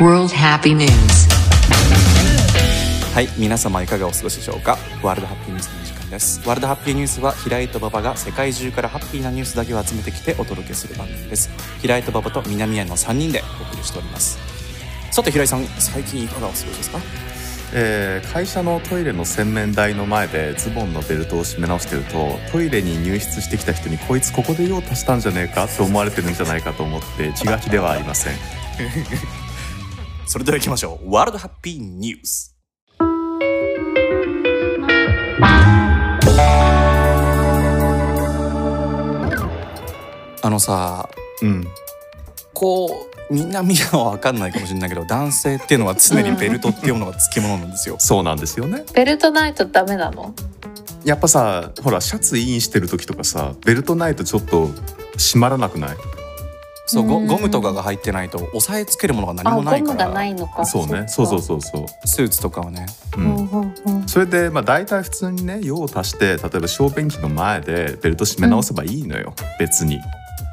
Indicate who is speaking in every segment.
Speaker 1: World Happy News.
Speaker 2: はい皆様いかがお過ごしでしょうかワールドハッピーニュースの時間ですワールドハッピーニュースは平井と馬場が世界中からハッピーなニュースだけを集めてきてお届けする番組です平井と馬場と南谷の3人でお送りしておりますさて平井さん最近いかがお過ごしですか
Speaker 3: えー会社のトイレの洗面台の前でズボンのベルトを締め直してるとトイレに入室してきた人にこいつここで用足したんじゃねえかって思われてるんじゃないかと思って血が気ではありません
Speaker 2: それでは行きましょうワールドハッピーニュースあのさ
Speaker 3: うん
Speaker 2: こう南谷は分かんないかもしれないけど男性っていうのは常にベルトっていうものがつきものなんですよ
Speaker 3: そうなんですよね
Speaker 4: ベルトないとダメなの
Speaker 3: やっぱさほらシャツインしてる時とかさベルトないとちょっと締まらなくない
Speaker 2: そうゴ
Speaker 4: うん
Speaker 2: ゴムとかが入ってないと押さえつけるものが
Speaker 4: あ
Speaker 2: 何
Speaker 4: ゴ
Speaker 2: もないか
Speaker 4: ムが
Speaker 2: ら
Speaker 4: ないのか
Speaker 3: そうね
Speaker 4: そ
Speaker 3: そ
Speaker 4: っ
Speaker 3: う
Speaker 4: か
Speaker 3: そうそうそう
Speaker 2: スーツとかはね
Speaker 3: う
Speaker 4: うん
Speaker 3: ん
Speaker 4: うんうん
Speaker 3: それでまあ大体普通にね用を足して例えば小便器の前でベルト締め直せばいいのよ、別に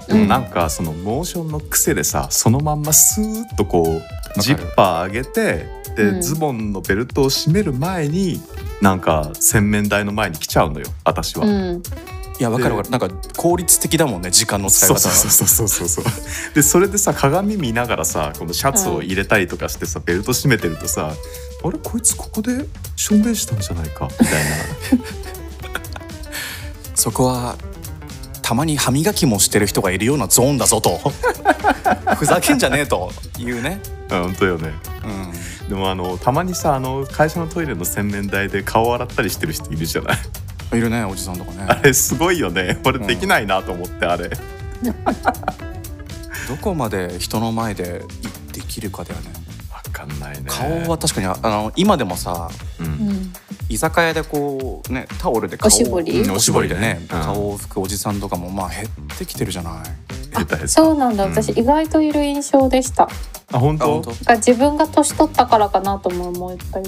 Speaker 3: でもなんかそのモーションの癖でさそのまんまスーッとこうジッパー上げてで、
Speaker 4: うん
Speaker 3: ズボンのベルトを締める前になんか洗面台の前に来ちゃうのよ私は、
Speaker 4: うん
Speaker 2: いや分かる分かるなんか効率的だもんね時間の使い方
Speaker 3: そう
Speaker 2: が
Speaker 3: そうそうそうそうそうでそれでさ鏡見ながらさこのシャツを入れたりとかしてさ、ベルト締めてるとさあれこいつここで証明したんじゃないかみたいな
Speaker 2: そこはたまに歯磨きもしてる人がいるようなゾーンだぞとふざけんじゃねえというね、
Speaker 3: うん本当よね
Speaker 2: うん、
Speaker 3: でもあのたまにさあの会社のトイレの洗面台で顔洗ったりしてる人いるじゃ ない
Speaker 2: いるねおじさんとか
Speaker 3: あ
Speaker 2: ね
Speaker 3: れすごいよね俺できないなと思ってあれ、
Speaker 2: どこまで人の前でできるかだよね
Speaker 3: 分かんないね
Speaker 2: 顔は確かにあの今でもさ
Speaker 3: う
Speaker 4: うんん
Speaker 2: 居酒屋でこうねタオルで顔を
Speaker 4: おしぼり
Speaker 2: うんおしぼりでね、
Speaker 3: うん
Speaker 2: 顔を拭くおじさんとかもまあ減ってきてるじゃない
Speaker 3: 下手です
Speaker 4: そうなんだ
Speaker 3: うん
Speaker 4: 私意外といる印象でした
Speaker 3: あ本
Speaker 2: あ
Speaker 3: 当
Speaker 2: 本当
Speaker 4: が自分が年取ったからかなとも思ったり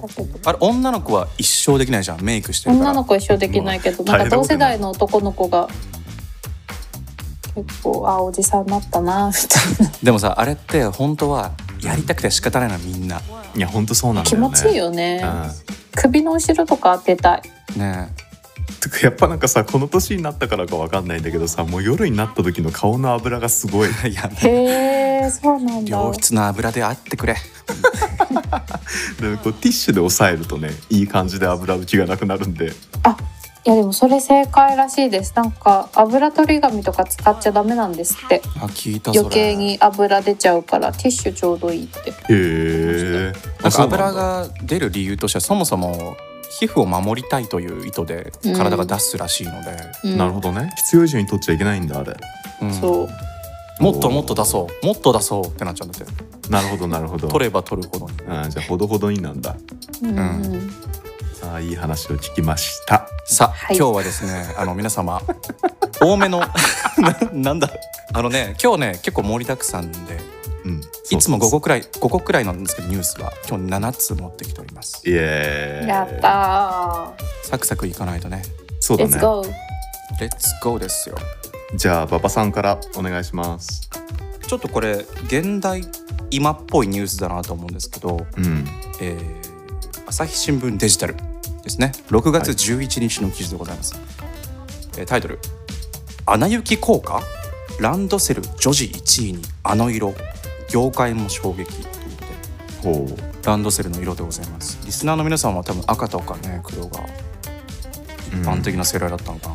Speaker 4: だけど
Speaker 2: あれ女の子は一生できないじゃんメイクしてるから
Speaker 4: 女の子一生できないけど
Speaker 3: まあ
Speaker 4: なんか同世代の男の子が結構あおじさんになったなみたいな
Speaker 2: でもさあれって本当はやりたくて仕方ないなみんない
Speaker 3: や本当そうなんだ
Speaker 4: 気
Speaker 3: よね
Speaker 4: 持ちいいよね首の後ろとか当 てたい
Speaker 2: ね
Speaker 3: うん、てかやっぱなんかさこの年になったからか分かんないんだけどさもう夜になった時の顔の脂がすごい
Speaker 2: えいや
Speaker 4: へえそうなんだ
Speaker 2: 良質な油であってくれ
Speaker 3: でこうティッシュで押さえるとねいい感じで油浮きがなくなるんで
Speaker 4: いやでもそれ正解らしいですなんか油取り紙とか使っちゃダメなんですって
Speaker 2: あ聞いたそれ
Speaker 4: 余計に油出ちゃうからティッシュちょうどいいって
Speaker 3: へえ
Speaker 2: なんか油が出る理由としてはそもそも皮膚を守りたいという意図で
Speaker 4: うん
Speaker 2: 体が出すらしいので、
Speaker 4: うん
Speaker 3: なるほどね必要以上に取っちゃいけないんだあれ
Speaker 2: うん
Speaker 4: そう
Speaker 2: もっともっと出そうもっと出そうってなっちゃうんだって
Speaker 3: なるほどなるほど
Speaker 2: 取れば取るほどに
Speaker 3: あーじゃあほどほどになんだ
Speaker 4: うん
Speaker 2: ん
Speaker 3: あーいい話を聞きました
Speaker 2: さあ、
Speaker 4: はい
Speaker 2: 今日はですねあの皆様多めのななんだあのね今日ね結構盛りだくさんで
Speaker 3: うん
Speaker 2: いつも5
Speaker 3: こ
Speaker 2: 個くらい5個くらいなんですけどニュースは今日7つ持ってきております
Speaker 3: イエーイ
Speaker 4: やった
Speaker 2: サクサクいかないとね
Speaker 3: そう
Speaker 4: ー、
Speaker 3: だ
Speaker 4: レッツ
Speaker 3: ね
Speaker 4: ゴー
Speaker 2: レッツゴーですよ
Speaker 3: じゃあ馬場さんからお願いします
Speaker 2: ちょっとこれ現代今っぽいニュースだなと思うんですけど、
Speaker 3: うん
Speaker 2: えー朝日新聞デジタルですね6月11日の記事でございます、えータイトル「穴行き効果ランドセル女児1位にあの色業界も衝撃」ということで
Speaker 3: ほ
Speaker 2: ランドセルの色でございますリスナーの皆さんは多分赤とかね黒が
Speaker 3: う
Speaker 2: 一般的な世代だったのか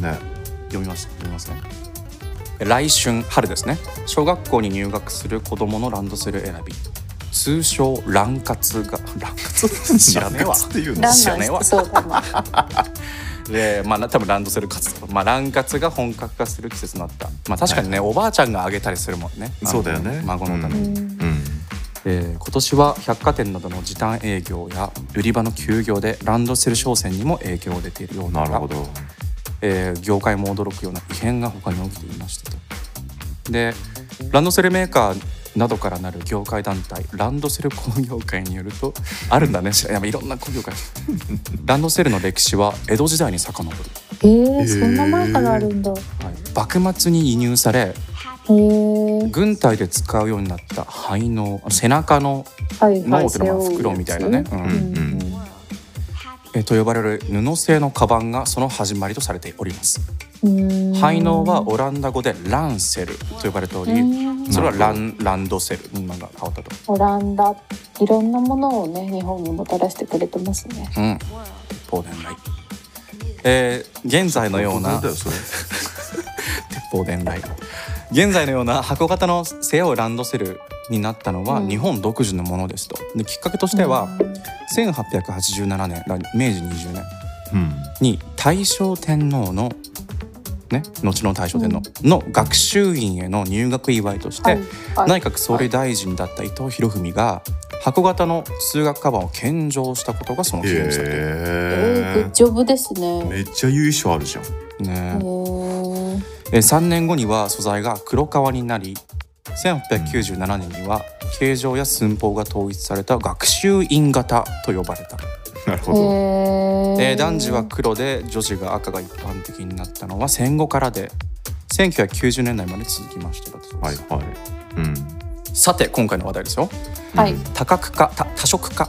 Speaker 2: な、
Speaker 3: うんね
Speaker 2: 読みます読みますね来春春ですね小学校に入学する子どものランドセル選び通称ラン活がラン活 知らねえわ
Speaker 3: なんかつっていう
Speaker 4: ラン
Speaker 3: の
Speaker 4: ナー
Speaker 2: 知らねえわ
Speaker 4: してそうだな
Speaker 2: でまあな多分ランドセル活動まあラン活が本格化する季節になったまあ確かにね、おばあちゃんがあげたりするもんねあの
Speaker 3: そうだよね
Speaker 2: 孫のために、
Speaker 4: うん
Speaker 3: うん
Speaker 2: えー今年は百貨店などの時短営業や売り場の休業でランドセル商戦にも影響が出ているよう
Speaker 3: な
Speaker 2: な
Speaker 3: るほど
Speaker 2: えー業界も驚くような異変が他に起きていましたと。でランドセルメーカーなどからなる業界団体ランドセル工業会によるとあるんだね知らいやいろんな工業 会ランドセルの歴史は江戸時代に遡る、
Speaker 4: えー、そんな前からあるんだへ
Speaker 2: はい幕末に輸入され
Speaker 4: えーー
Speaker 2: 軍隊で使うようになった肺のあの背中の
Speaker 4: はいはい
Speaker 2: 脳ってのが袋みたいなね、う
Speaker 3: うんんうん
Speaker 2: えと呼ばれる布製のカバンがその始まりとされております
Speaker 4: うん
Speaker 2: 肺のはオランダ語でランセルと呼ばれており、
Speaker 4: うん
Speaker 2: それはランランドセルに今が変わったと、
Speaker 4: オランダいろんなものをね日本にもたらしてくれてますね
Speaker 2: うん、東電来、えー現在のような
Speaker 3: 本当だよそれ
Speaker 2: 東電来現在のような箱型の背負うランドセルになったのは
Speaker 4: うん
Speaker 2: 日本独自のものですとできっかけとしては1887年ら明治20年
Speaker 3: うん
Speaker 2: に大正天皇の、ね、後の大正天皇の学習院への入学祝いとして、
Speaker 4: はい
Speaker 2: 内閣総理大臣だった伊藤博文が箱型の数学カバンを献上したことがその記念にされてる、
Speaker 4: えーグ
Speaker 3: へ
Speaker 4: ッジョブです
Speaker 3: え
Speaker 4: ね
Speaker 3: めっちゃ由緒あるじゃん
Speaker 2: ね
Speaker 4: へー
Speaker 2: え3年後には素材が黒革になり1897年には形状や寸法が統一された学習院型と呼ばれた、
Speaker 3: なるほど
Speaker 4: へ
Speaker 2: え
Speaker 4: え
Speaker 2: ー男児は黒で女児が赤が一般的になったのは戦後からで1990年代まで続きましただそうで
Speaker 3: はい
Speaker 2: す
Speaker 3: はいうん
Speaker 2: さて今回の話題ですよ
Speaker 4: はい
Speaker 2: 多角化多多色化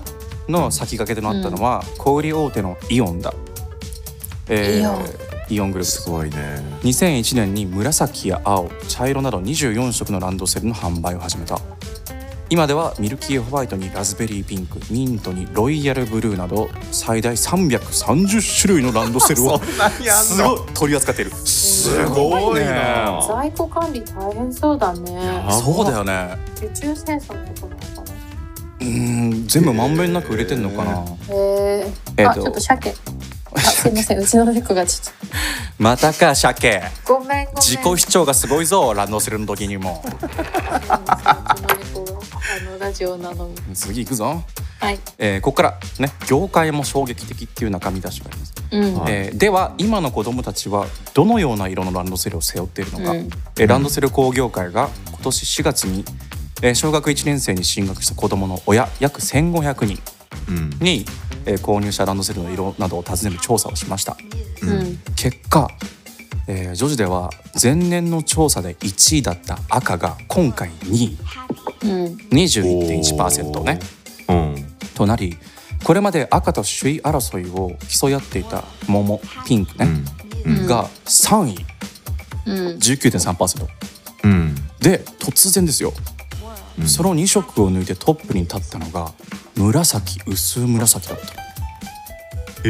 Speaker 2: の先駆けとなったのは、小売大手のイオンだ、えー
Speaker 4: イオン
Speaker 2: イオングループ
Speaker 3: すごいね
Speaker 2: 2001年に紫や青茶色など24色のランドセルの販売を始めた今ではミルキーホワイトにラズベリーピンクミントにロイヤルブルーなど最大330種類のランドセル をすごい取り扱っているす
Speaker 3: ごいね
Speaker 4: 在庫管理大変そうだね
Speaker 3: や
Speaker 2: そうだよね
Speaker 4: 受注生産のことなのかな
Speaker 2: うーん全部まんべんなく売れてんのかな、
Speaker 4: へ
Speaker 2: え
Speaker 4: え
Speaker 2: ー
Speaker 4: あ
Speaker 2: と
Speaker 4: ちょっと鮭あすいませんうちの猫がちょっ
Speaker 2: またか鮭
Speaker 4: とごめんごめん
Speaker 2: 自己主張がすごいぞランドセルの時にも
Speaker 4: うちの猫があのラジオなのに
Speaker 2: 次行くぞ、
Speaker 4: はい
Speaker 2: えーここからね業界も衝撃的っていう中身出しがあります
Speaker 4: うん
Speaker 3: はい
Speaker 2: えーでは今の子どもたちはどのような色のランドセルを背負っているのか、
Speaker 4: うん
Speaker 2: えーランドセル工業会が今年4月に、えー小学1年生に進学した子どもの親約1,500人
Speaker 3: うん
Speaker 2: に、えー購入したランドセルの色などを尋ねる調査をしました
Speaker 4: うん
Speaker 2: 結果、えー女児では前年の調査で1位だった赤が今回2位
Speaker 4: うん
Speaker 2: 21.1%ね
Speaker 3: うん
Speaker 2: となりこれまで赤と首位争いを競い合っていた桃ピンクね、
Speaker 4: うん
Speaker 2: が3位
Speaker 4: うん
Speaker 2: 19.3%
Speaker 3: うん
Speaker 2: で突然ですよ、
Speaker 3: うん
Speaker 2: その2色を抜いてトップに立ったのが紫薄紫だった
Speaker 3: へえ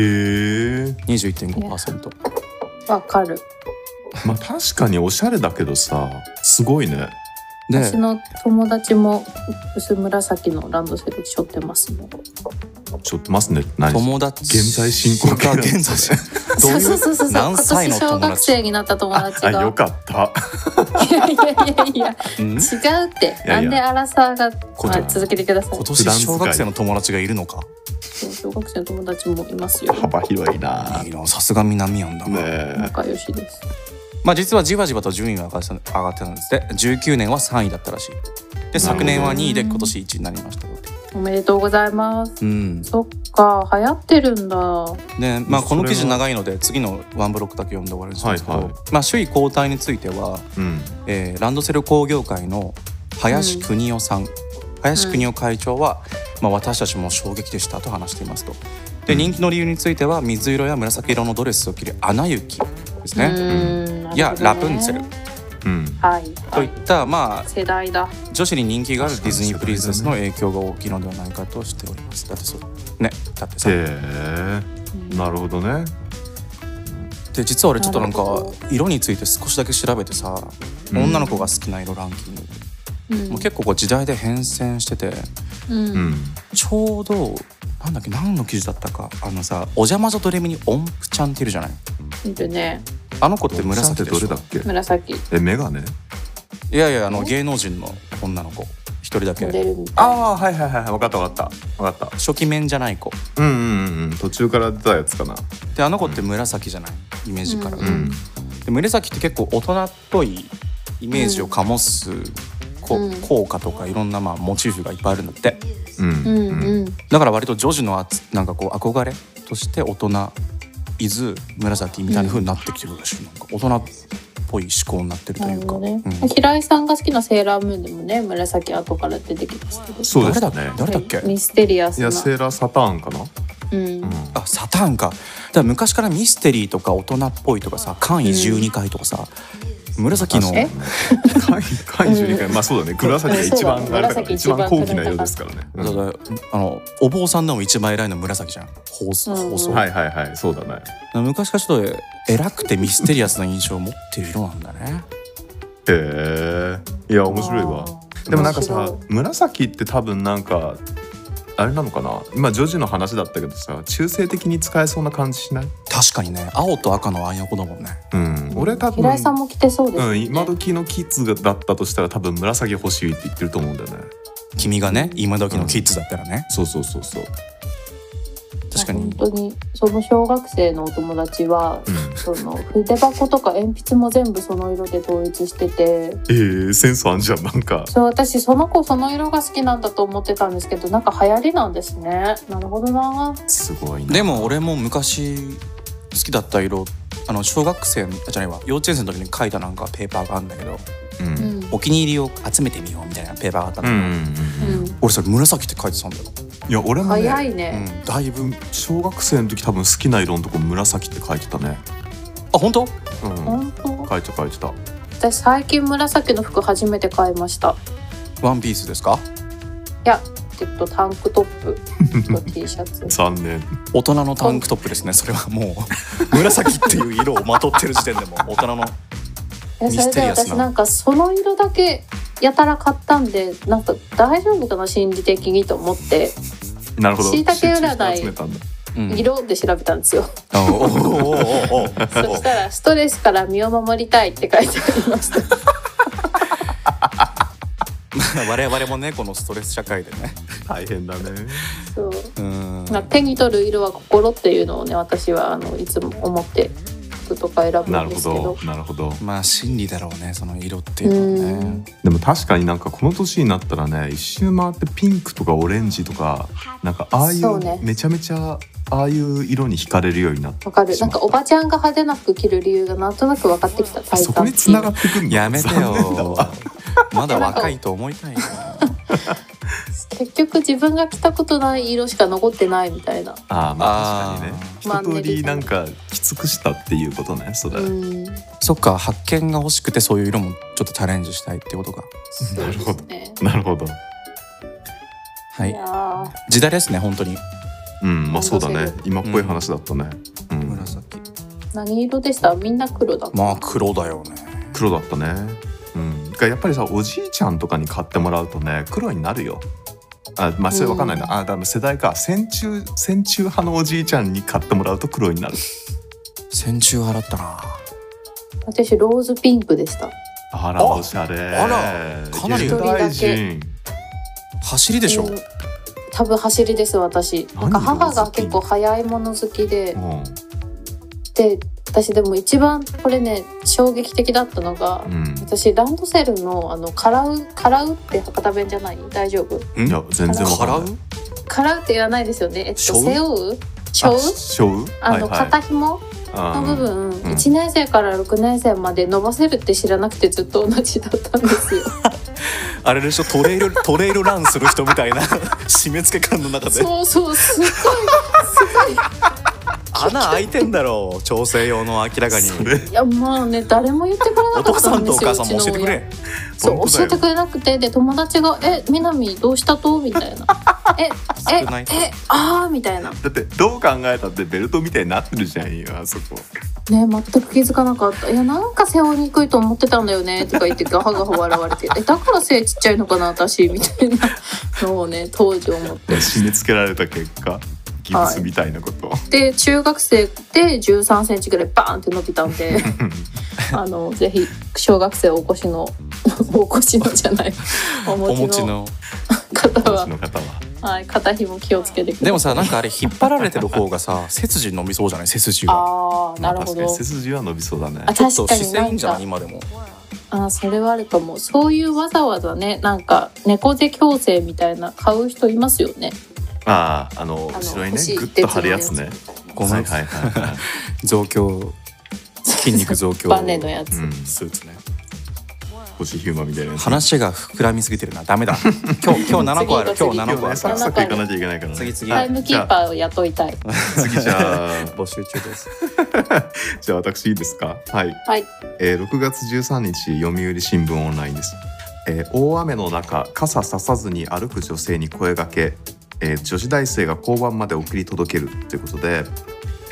Speaker 2: 21.5%
Speaker 4: わかる
Speaker 3: まあ確かにおしゃれだけどさすごいね
Speaker 2: で
Speaker 4: 私の友達も薄紫のランドセル背負ってますもん
Speaker 3: ちょっとますね何
Speaker 2: 友達
Speaker 3: 現在進行形
Speaker 2: が
Speaker 3: なんだ
Speaker 2: 現在進ど う
Speaker 4: そう
Speaker 2: い
Speaker 4: そうそうそう
Speaker 2: う何歳の
Speaker 4: 今年小
Speaker 2: 友
Speaker 4: 学
Speaker 2: 達
Speaker 4: 生になった友
Speaker 3: あ
Speaker 4: 達
Speaker 3: あ
Speaker 4: が
Speaker 3: よかった
Speaker 4: いやいやいやいや
Speaker 2: うん
Speaker 4: 違うって
Speaker 3: いやいや
Speaker 4: なんでアラサーが
Speaker 2: こ
Speaker 4: はい続けてください
Speaker 2: 今年
Speaker 3: 普段使い
Speaker 2: 小学生の友達がいるのか
Speaker 4: そう小学生の友達もいますよ
Speaker 3: 幅広いない
Speaker 2: い
Speaker 3: ね
Speaker 2: なさすが南アンだな、
Speaker 3: え
Speaker 4: 仲良しです
Speaker 2: まあ実はじわじわと順位が上がってた上がってたんですで19年は3位だったらしいで昨年は2位で今年1位になりました
Speaker 4: おめでとうございます
Speaker 2: うん
Speaker 4: そっか流行ってるんだ
Speaker 2: でまあ、この
Speaker 3: それは
Speaker 2: 記事長いので次のワンブロックだけ読んで終わりにしますけど、
Speaker 3: はいはい
Speaker 2: まあ、首位交代については、
Speaker 3: うん
Speaker 2: えーランドセル工業会の林邦夫さん、林邦夫会長は、まあ、私たちも衝撃でしたと話していますとで
Speaker 3: うん
Speaker 2: 人気の理由については水色や紫色のドレスを着る「アナ雪」です
Speaker 4: う
Speaker 2: ね、
Speaker 4: ーんなるほどね
Speaker 2: いやラプンツェル
Speaker 3: うん
Speaker 4: はい
Speaker 2: といった、まあ、
Speaker 4: 世代だ
Speaker 2: 女子に人気があるディズニープリンセスの影響が大きいのではないかとしておりますだってそうねだってさ
Speaker 3: へえなるほどね
Speaker 2: で実は俺ちょっとなん
Speaker 4: なる
Speaker 2: か
Speaker 4: ほ
Speaker 2: 色について少しだけ調べてさ、
Speaker 3: うん
Speaker 2: 女の子が好きな色ランキング
Speaker 4: うん
Speaker 2: もう結構こう時代で変遷してて
Speaker 4: うん
Speaker 3: うん
Speaker 2: ちょうどなんだっけ何の記事だったかあのさ「お邪魔女ドレミ」に音符ちゃんっているじゃない
Speaker 4: いるね
Speaker 2: あの子って
Speaker 3: 紫
Speaker 2: 紫
Speaker 3: って
Speaker 2: で
Speaker 3: ど
Speaker 2: し
Speaker 3: れだ
Speaker 2: ょ
Speaker 3: っけ
Speaker 4: 紫
Speaker 3: えメガネ
Speaker 2: いやいやあの芸能人の女の子一人だ
Speaker 4: モデ
Speaker 2: け
Speaker 4: ルみたい
Speaker 3: ああーはいはいはい分かった分かった分かっ
Speaker 2: 初期面じゃない子
Speaker 3: たうんうんうん途中から出たやつかな
Speaker 2: であの子って紫じゃないイメージから、
Speaker 4: う
Speaker 3: うん
Speaker 2: で紫って結構大人っぽいイメージを醸す、こ
Speaker 4: うん
Speaker 2: 効果とかいろんなまあモチーフがいっぱいあるんだって。
Speaker 3: う
Speaker 4: うんんうん
Speaker 2: だから割と女児のあつなんかこう憧れとして大人伊豆紫みたいな風になってきてるらしい、なんか大人ぽい思考になってると
Speaker 4: ない
Speaker 2: う
Speaker 4: るほ
Speaker 2: か、
Speaker 4: どね
Speaker 2: うん、
Speaker 4: 平井さんが好きなセーラームーンでもね紫後から出てきますけど
Speaker 3: そうですね
Speaker 2: 誰だ誰だっけ、
Speaker 4: はいミステリア
Speaker 3: い
Speaker 4: スな
Speaker 3: やセーラーサターンかな、
Speaker 4: うん
Speaker 3: うん、
Speaker 2: あサターンかだから昔からミステリーとか大人っぽいとかさ簡易12回とかさ、紫の
Speaker 4: え
Speaker 3: 怪怪獣以外まあそうだね紫が一番あれだから一番高貴な色ですからね、うん
Speaker 2: だからあのお坊さんでも一番偉いの紫じゃん放送,、
Speaker 4: うん
Speaker 2: 放送
Speaker 3: はいはいはいそうだね
Speaker 2: 昔からちょっと偉くてミステリアスな印象を持ってる色なんだね
Speaker 3: へえいや面白いわ
Speaker 4: あー
Speaker 3: でもなんか
Speaker 4: 面
Speaker 3: さ
Speaker 4: 白い
Speaker 3: 紫って多分なんかあれなのかな今ジョージの話だったけどさ中性的に使えそうな感じしない、
Speaker 2: 確かにね青と赤のあいの子だもんね
Speaker 3: うん、俺多分
Speaker 4: 平井さんも着てそうですよ
Speaker 3: う
Speaker 4: ね
Speaker 3: ん、今時のキッズだったとしたら多分紫欲しいって言ってると思うんだよね
Speaker 2: 君がね今時のキッズだったらね、
Speaker 3: そうそうそうそう、
Speaker 2: 確か
Speaker 4: 本
Speaker 2: に
Speaker 4: 当にその小学生のお友達は
Speaker 3: うん、
Speaker 4: その筆箱とか鉛筆も全部その色で統一してて
Speaker 3: えー、センスあんじゃんなんか
Speaker 4: そう私その子その色が好きなんだと思ってたんですけどなんか流行りなんですねなるほどな
Speaker 3: すごいな
Speaker 2: でも俺も昔好きだった色あの小学生あじゃないわ幼稚園生の時に書いたなんかペーパーがあるんだけど
Speaker 3: うんうん
Speaker 4: うん
Speaker 2: お気に入りを集めてみようみたいなペーパーがあったん
Speaker 3: う
Speaker 2: だけど、
Speaker 3: ん
Speaker 4: うん
Speaker 2: 俺それ紫って書いてたんだよ、
Speaker 3: いや俺も
Speaker 4: 早
Speaker 3: ね
Speaker 4: いね、
Speaker 3: だいぶ小学生の時多分好きな色のとこ紫って書いてたね
Speaker 2: あ本当
Speaker 3: うん
Speaker 4: 本当
Speaker 3: 書いてた書いてた
Speaker 4: 私最近紫の服初めて買いました
Speaker 2: ワンピースですか
Speaker 4: えっとタンクトップと T シャ ツ
Speaker 3: 残念
Speaker 2: 大人のタンクトップですねそれはも う紫っていう色をまとってる時点でもう大人の
Speaker 4: えそ
Speaker 2: ミス
Speaker 4: れ
Speaker 2: テ
Speaker 4: で
Speaker 2: リアスな
Speaker 4: 私なんかその色だけやたら買ったんでなんか大丈夫かな心理的にと思って
Speaker 3: なるほど
Speaker 4: 椎茸占い
Speaker 3: 集めたんだ
Speaker 2: うん
Speaker 4: 色で調べたんですよ、
Speaker 2: あおおおおおお
Speaker 4: そしたら「ストレスから身を守りたい」って書いてありました
Speaker 2: 我々もねこのストレス社会でね
Speaker 3: 大変だね
Speaker 4: そう
Speaker 2: うん
Speaker 4: まあ手に取る色は心っていうのをね私はあのいつも思って服とか選ぶ
Speaker 3: なんる
Speaker 4: で
Speaker 3: ほ
Speaker 4: すけど
Speaker 3: どなるほど
Speaker 2: まあ心理だろうねその色っていうのはね
Speaker 3: でも確かになんかこの年になったらね一周回ってピンクとかオレンジとかなんかああい
Speaker 4: そう
Speaker 3: う
Speaker 4: ね
Speaker 3: めちゃめちゃああいう色に惹かれるようになって
Speaker 4: わかるなんかおばちゃんが派手な服着る理由がなんとなく分かってきた体
Speaker 3: そこに繋がってくんの
Speaker 2: やめて
Speaker 3: 残念だ
Speaker 2: よ
Speaker 3: わ
Speaker 2: まだ若いと思いたいよ
Speaker 4: 結局自分が着たことない色しか残ってないみたいな
Speaker 3: ああまあ確
Speaker 4: あ
Speaker 3: か
Speaker 4: ー
Speaker 3: にね一通りなんかきつくしたっていうことねそれ、
Speaker 4: うん
Speaker 2: そっか発見が欲しくてそういう色もちょっとチャレンジしたいってことか
Speaker 4: そうですね
Speaker 3: なるほど
Speaker 2: はいい
Speaker 4: やー
Speaker 2: 時代ですね本当に
Speaker 3: うんまあそうだ
Speaker 4: 本当
Speaker 3: ね
Speaker 4: そ
Speaker 3: 今っぽい話だったね、うん
Speaker 2: 紫
Speaker 4: 何色でしたみんな黒だった、
Speaker 2: まあ黒だよね
Speaker 3: 黒だったねうんがやっぱりさおじいちゃんとかに買ってもらうとね黒になるよあまあそれわかんないな、
Speaker 4: う
Speaker 3: あだから世代か戦中戦中派のおじいちゃんに買ってもらうと黒になる
Speaker 2: 戦中払ったな
Speaker 4: 私ローズピンクでした
Speaker 3: あら
Speaker 2: あ
Speaker 3: おしゃれ
Speaker 2: あらかなり
Speaker 3: 現代人
Speaker 2: 走りでしょ
Speaker 4: うん多分走りです私なんか
Speaker 3: 何
Speaker 4: 母
Speaker 3: ロー
Speaker 4: が
Speaker 3: ズピン
Speaker 4: 結
Speaker 3: ク
Speaker 4: 構早いもの好きで
Speaker 3: うん
Speaker 4: で私でも一番これね衝撃的だったのが、
Speaker 3: う
Speaker 4: 私ランドセルのあのカラウカラウって博多弁じゃない大丈夫
Speaker 3: んいや全然わか
Speaker 2: からら
Speaker 3: ないう
Speaker 4: カラウって言わないですよねえっと
Speaker 2: 背負う
Speaker 4: 背負う背負う
Speaker 3: しょう
Speaker 4: あの、肩紐の部
Speaker 3: あ
Speaker 4: 分、
Speaker 3: ん
Speaker 4: 1年生から6年生まで伸ばせるって知らなくてずっと同じだったんですよ
Speaker 2: あれでしょト レイルトレイルランする人みたいな締め付け感の中で
Speaker 4: そうそうすっごいすごい
Speaker 2: 穴開いてんだろう調整用の明らかに
Speaker 3: それ
Speaker 4: いやまあね誰も言ってくれ
Speaker 2: お
Speaker 4: なか
Speaker 2: 父
Speaker 4: っ
Speaker 2: さ
Speaker 4: たん
Speaker 2: ん
Speaker 4: で
Speaker 2: とお
Speaker 4: すよ
Speaker 2: 母さんも教えてくれ
Speaker 4: そう
Speaker 3: 本当だ
Speaker 4: 教
Speaker 3: よ
Speaker 4: えてくれなくてで友達が「えみなみどうしたと?」みたいな「ええ
Speaker 2: 少ない
Speaker 4: えあー」みたいなね
Speaker 3: だってどう考えたってベルトみたいになってるじゃんよあそこ
Speaker 4: 全く気づかなかった「いやなんか背負いにくいと思ってたんだよね」とか言ってガハガハ笑われて「えだから背ちっちゃいのかな私」みたいなのをね当時思って
Speaker 3: 締め付けられた結果ギブスみたいなこと、
Speaker 4: で中学生で1 3センチぐらいバーンって伸びたん であのぜひ小学生お越しのお越しのじゃないお
Speaker 2: お
Speaker 4: 持
Speaker 2: 持
Speaker 4: ち
Speaker 2: ちの
Speaker 4: の方は
Speaker 3: 私の方は
Speaker 4: はい、肩ひも気をつけてください。
Speaker 2: でもさなんかあれ引っ張られてる方がさ背筋伸びそうじゃない背筋が
Speaker 4: ああ、なるほ
Speaker 3: まあ確か
Speaker 4: ど。
Speaker 3: に背筋は伸びそうだね
Speaker 4: あ
Speaker 2: ちょっ
Speaker 4: 確
Speaker 2: と
Speaker 4: か
Speaker 2: 姿
Speaker 4: に
Speaker 2: 勢い
Speaker 4: ない
Speaker 2: ん
Speaker 4: ん
Speaker 2: じゃな
Speaker 4: か
Speaker 2: い、今でも
Speaker 4: あーそれはあるかも。そういうわざわざね、なんか猫背矯正みたいな買う人いますよね。
Speaker 3: あああの
Speaker 4: あの
Speaker 3: 後ろにね
Speaker 4: 腰
Speaker 3: グッと張るやつね
Speaker 4: 鉄 の
Speaker 2: ごめん
Speaker 3: はいはいはいはい
Speaker 2: 増強筋肉増強
Speaker 4: バネのやつ、
Speaker 3: うん、
Speaker 2: スーツね
Speaker 3: 腰ヒューマンみたいなやつ
Speaker 2: 話が膨らみすぎてるなダ メだ今日今日7個ある今日
Speaker 4: 次次
Speaker 2: 7個
Speaker 3: 今
Speaker 2: あ
Speaker 3: 日
Speaker 2: る
Speaker 3: ねサクサクいかなきゃいけないからね
Speaker 2: 次次
Speaker 4: タイムキーパーを雇いたい
Speaker 3: 次じゃあ
Speaker 2: 募集中です
Speaker 3: じゃあ私いいですかはい
Speaker 4: はい
Speaker 3: えー6月13日読売新聞オンラインです、えー大雨の中傘ささずに歩く女性に声がけ、えー女子大生が交番まで送り届けるということで、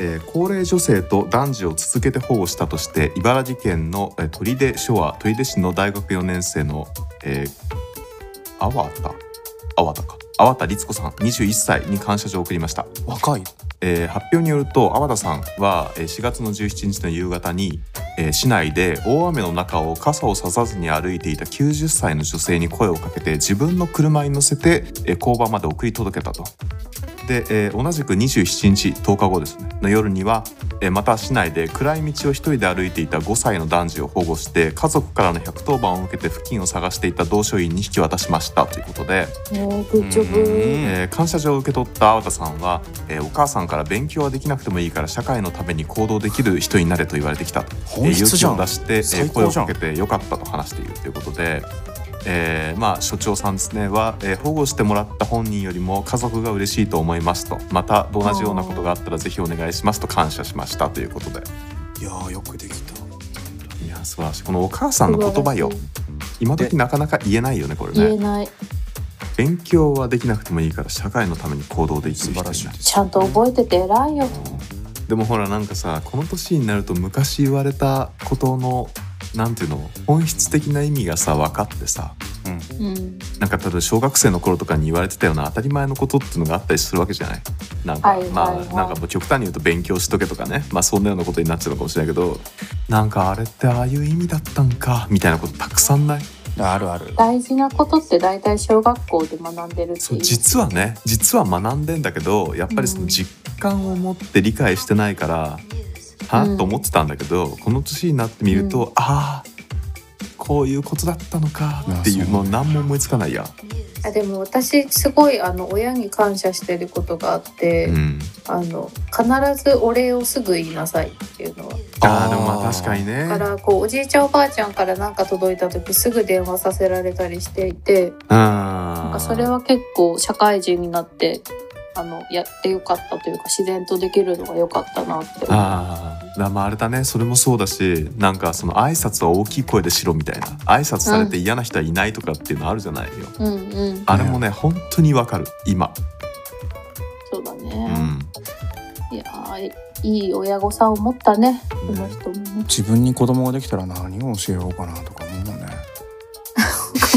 Speaker 3: えー高齢女性と男児を続けて保護したとして茨城県の、えー取手署は取手市の大学4年生の、えー、阿波田阿波田か阿波田律子さん21歳に感謝状を送りました
Speaker 2: 若い
Speaker 3: えー発表によると阿波田さんはえー4月の17日の夕方に、えー市内で大雨の中を傘をささずに歩いていた90歳の女性に声をかけて自分の車に乗せて、えー交番まで送り届けたと。で、えー同じく27日10日後ですねの夜には、えーまた市内で暗い道を一人で歩いていた5歳の男児を保護して家族からの110番を受けて付近を探していた同署員に引き渡しましたということで。
Speaker 4: もうグッジョ
Speaker 2: うん
Speaker 4: ブ
Speaker 3: えー感謝状を受け取った粟田さんは、えーお母さんから勉強はできなくてもいいから社会のために行動できる人になれと言われてきたと
Speaker 2: 本質じゃん
Speaker 3: えー勇気を出して、え
Speaker 2: 最
Speaker 3: ー声
Speaker 2: 高
Speaker 3: を
Speaker 2: じゃん
Speaker 3: かけてよかったと話しているということで、えーまあ、所長さんですねは、えー保護してもらった本人よりも家族が嬉しいと思いますとまた同じようなことがあったらぜひお願いしますと感謝しましたということで
Speaker 2: いやーよくできた
Speaker 3: いや素晴らしいこのお母さんの言葉よ今時なかなか言えないよねこれ
Speaker 4: 言
Speaker 3: ね
Speaker 4: えない
Speaker 3: 勉強はできなくてもいいから社会のために行動できる人になれ
Speaker 2: 素晴らしいです
Speaker 4: ちゃんと覚えてて偉いよ
Speaker 3: でもほらなんかさこの年になると昔言われたことのなんていうの本質的な意味がさ分かってさ
Speaker 4: うん
Speaker 3: なんか例えば小学生の頃とかに言われてたような当たり前のことっていうのがあったりするわけじゃないなんか、
Speaker 4: はいはいはい
Speaker 3: まあなんかもう極端に言うと勉強しとけとかねまあそんなようなことになっちゃうのかもしれないけどなんかあれってああいう意味だったんかみたいなことたくさんない
Speaker 2: あるある
Speaker 4: 大事なことって大体小学校で学んでるって
Speaker 3: そ
Speaker 4: いうう
Speaker 3: 実はね実は学んでんだけどやっぱりその実感を持って理解してないから、は
Speaker 4: う
Speaker 3: あ
Speaker 4: ん
Speaker 3: と思ってたんだけど、この年になってみると、
Speaker 4: うん
Speaker 3: ああこういうことだったのかってい
Speaker 2: あ
Speaker 3: う
Speaker 2: そう
Speaker 3: もう何も思いつかないや、
Speaker 4: あでも私すごいあの親に感謝してることがあって、
Speaker 3: うん、
Speaker 4: あの必ずお礼をすぐ言いなさいっていうのは
Speaker 3: ああでもまあ確かにね
Speaker 4: だからこうおじいちゃんおばあちゃんから何か届いた時すぐ電話させられたりしていてなん
Speaker 3: あ
Speaker 4: かそれは結構社会人になってあのやってよかったというか自然とできるのが良かったなって思う
Speaker 3: ああだからまああれだねそれもそうだしなんかその挨拶は大きい声でしろみたいな挨拶されて嫌な人はいないとかっていうのあるじゃないよ、
Speaker 4: うんうん
Speaker 3: あれもね本当にわかる今、
Speaker 4: そうだ
Speaker 3: う
Speaker 4: ね、
Speaker 3: ん、
Speaker 4: いやーいい親御さんを持ったねこの人もね
Speaker 2: 自分に子供ができたら何を教えようかなとか思うね、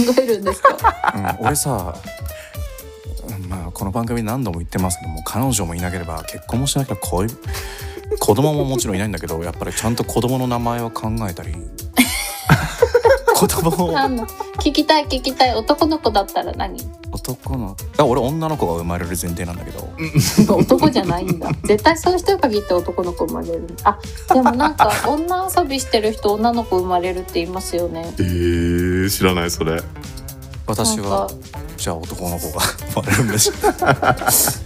Speaker 4: 考えるんですか
Speaker 2: うん、俺さ うんまあこの番組何度も言ってますけども彼女もいなければ結婚もしなければ恋子供ももちろんいないんだけどやっぱりちゃんと子供の名前を考え たり子供を
Speaker 4: 何の聞きたい聞きたい男の子だったら 何
Speaker 2: 男のあ俺女の子が生まれる前提なんだけど
Speaker 4: 男じゃないんだ絶対そういう人に限って男の子生まれるあでもなんか女遊びしてる人女の子生まれるって言いますよね
Speaker 3: えー、知らないそれ
Speaker 2: 私は
Speaker 4: なんか
Speaker 2: じゃあ男の子が 生まれるんでしょ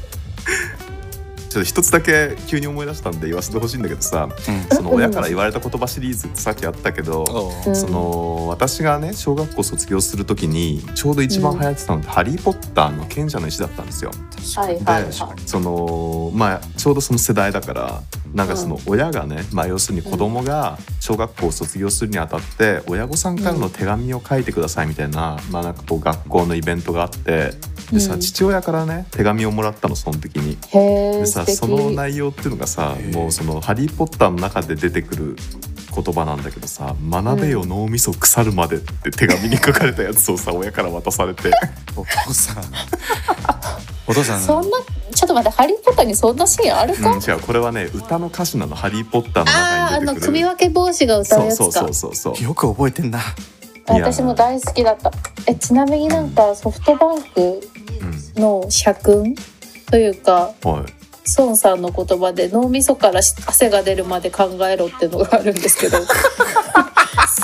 Speaker 3: ちょっと一つだけ急に思い出したんで言わせてほしいんだけどさ
Speaker 2: う
Speaker 3: その親から言われた言葉シリーズってさっきあったけど、
Speaker 4: うん
Speaker 3: その私がね小学校卒業する時にちょうど一番流行ってたのって「ハリー・ポッターの賢者の石」だったんですよ。
Speaker 4: はい
Speaker 3: で
Speaker 4: はいは
Speaker 3: そのまあちょうどその世代だからなんかその親がね、まあ、要するに子供が小学校を卒業するにあたって親御さんからの手紙を書いてくださいみたいな,、まあ、なんかこう学校のイベントがあってでさ、
Speaker 4: うん
Speaker 3: 父親からね手紙をもらったのその時に。
Speaker 4: いへえ
Speaker 3: で
Speaker 4: 素
Speaker 3: さその
Speaker 4: 敵
Speaker 3: 内容っていうのがさ
Speaker 2: へー
Speaker 3: もうその「ハリー・ポッター」の中で出てくる言葉なんだけどさ「学べよ脳みそ腐るまで」って手紙に書かれたやつをさ親から渡されて
Speaker 2: お父さんお父さん
Speaker 4: そんなちょっと待って「ハリー・ポッター」にそんなシーンあ る
Speaker 3: うん
Speaker 4: か、
Speaker 3: 違うこれはね歌の歌詞なの「ハリー・ポッター」の
Speaker 4: ああ
Speaker 3: 中
Speaker 4: あ
Speaker 3: に出
Speaker 4: の
Speaker 3: てく
Speaker 4: 首
Speaker 3: る。
Speaker 4: 分け帽子が歌う
Speaker 3: そう
Speaker 4: やつか
Speaker 3: そうそうそうそう
Speaker 2: よく覚えてんな
Speaker 3: やー
Speaker 4: 私も大好きだったえちなみになんかソフトバンクの社訓というか
Speaker 3: はい
Speaker 4: 孫さんの言葉で脳みそから汗が出るまで考えろっていうのがあるんで すけど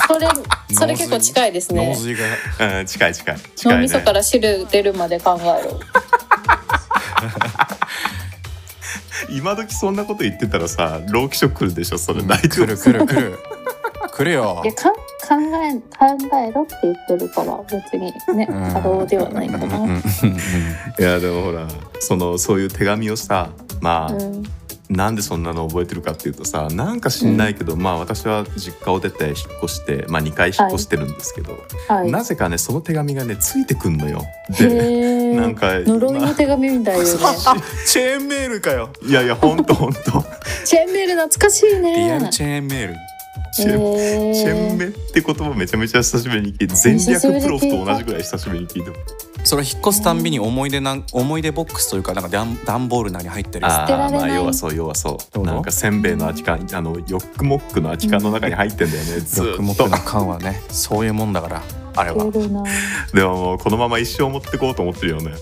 Speaker 4: それそれ結構近いです
Speaker 2: 脳
Speaker 4: ね
Speaker 2: 髄が
Speaker 3: うん、近い近い近い、
Speaker 4: 脳
Speaker 3: ね、
Speaker 4: みそから汁出るまで考えろ
Speaker 3: 今時そんなこと言ってたらさ老気症来るでしょそれ大丈
Speaker 2: 来
Speaker 3: 夫、
Speaker 2: る来る来る来るよ
Speaker 4: いやかん考え考えろって言ってるから別にね
Speaker 2: うん
Speaker 4: 過労ではないか
Speaker 2: うんうん
Speaker 4: な。
Speaker 2: うん
Speaker 3: いやでもほらそのそういう手紙をさまあ、
Speaker 4: うん
Speaker 3: なんでそんなの覚えてるかっていうとさなんか知んないけど、まあ私は実家を出て引っ越して、まあ、2回引っ越してるんですけど、
Speaker 4: はい。
Speaker 3: なぜかねその手紙がねついてくんのよ。で
Speaker 4: へえ。
Speaker 3: なんか
Speaker 4: 呪いの手紙みたいよね。
Speaker 2: チェーンメールかよ
Speaker 3: いやいやほんとほんと
Speaker 4: チェーンメール懐かしいね。
Speaker 2: リアルチェーンメール
Speaker 3: チェン
Speaker 4: へー
Speaker 3: チェンメって言葉めちゃめちゃ久しぶりに聞いて全
Speaker 4: 久しぶり
Speaker 3: 略プロ
Speaker 4: に
Speaker 3: フ
Speaker 4: 聞い
Speaker 3: と
Speaker 4: た
Speaker 3: 同じぐらい久しぶりに聞いても
Speaker 2: それ引っ越すたんびに思い出なん思い出ボックスというかなんか段段ボールなり入ってるや
Speaker 4: 捨てられない
Speaker 3: あーまあ要はそう要はそ
Speaker 2: ど
Speaker 3: う
Speaker 2: うぞ
Speaker 3: なんかせんべいの空き缶あのヨックモックの空き缶の中に入ってんだよね、
Speaker 2: つ
Speaker 3: ず
Speaker 2: 毒
Speaker 3: ー
Speaker 2: 目
Speaker 3: っと
Speaker 2: の缶はねそういうもんだからあれは
Speaker 4: 出るな。
Speaker 3: でももうこのまま一生持ってこうと思ってるよね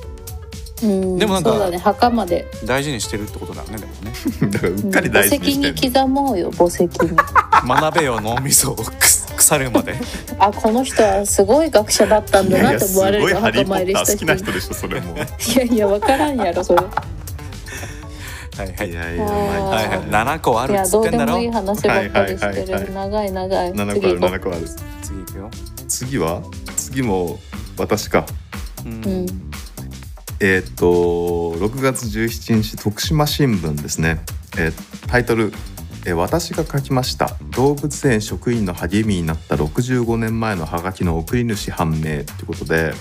Speaker 4: うん。
Speaker 2: でもなんか
Speaker 4: そうだね墓まで。
Speaker 2: 大事にしてるってことだよねでもね
Speaker 3: だからうっかり
Speaker 4: 墓
Speaker 3: 大事
Speaker 4: 石
Speaker 3: にして
Speaker 4: に
Speaker 3: んの
Speaker 4: 刻もうよ墓石に。
Speaker 2: 学べよ脳みそをく腐るまで
Speaker 4: あこの人はすごい学者だったん
Speaker 3: い
Speaker 4: だ
Speaker 3: やい
Speaker 4: な
Speaker 3: や
Speaker 4: と
Speaker 3: す
Speaker 4: 思
Speaker 3: ご
Speaker 4: われる
Speaker 3: い
Speaker 4: よ
Speaker 3: ハリ
Speaker 4: 墓
Speaker 3: ー・ポ
Speaker 4: 参
Speaker 3: ッ
Speaker 4: り
Speaker 3: ター好
Speaker 4: し
Speaker 3: きな
Speaker 4: た人
Speaker 3: 人でしょそれ もう
Speaker 4: いやいや分からんやろそれ。
Speaker 2: はいはいい
Speaker 3: やいや
Speaker 4: あー
Speaker 2: はいはい7個あ
Speaker 4: い
Speaker 2: るっ
Speaker 4: や
Speaker 2: つ
Speaker 4: ど
Speaker 2: って
Speaker 4: う
Speaker 2: ん
Speaker 4: で
Speaker 2: だろ
Speaker 4: もいい話ばっかりして
Speaker 3: はいはいはいはい
Speaker 4: る長い長い
Speaker 3: 7個あ
Speaker 4: 次
Speaker 3: る
Speaker 4: 行こ
Speaker 3: 7個ある
Speaker 2: 次いくよ
Speaker 3: 次は次も私か
Speaker 2: う
Speaker 4: うんん
Speaker 3: えーっと6月17日徳島新聞ですね、えータイトルえー私が書きました動物園職員の励みになった65年前のハガキの送り主判明ということで、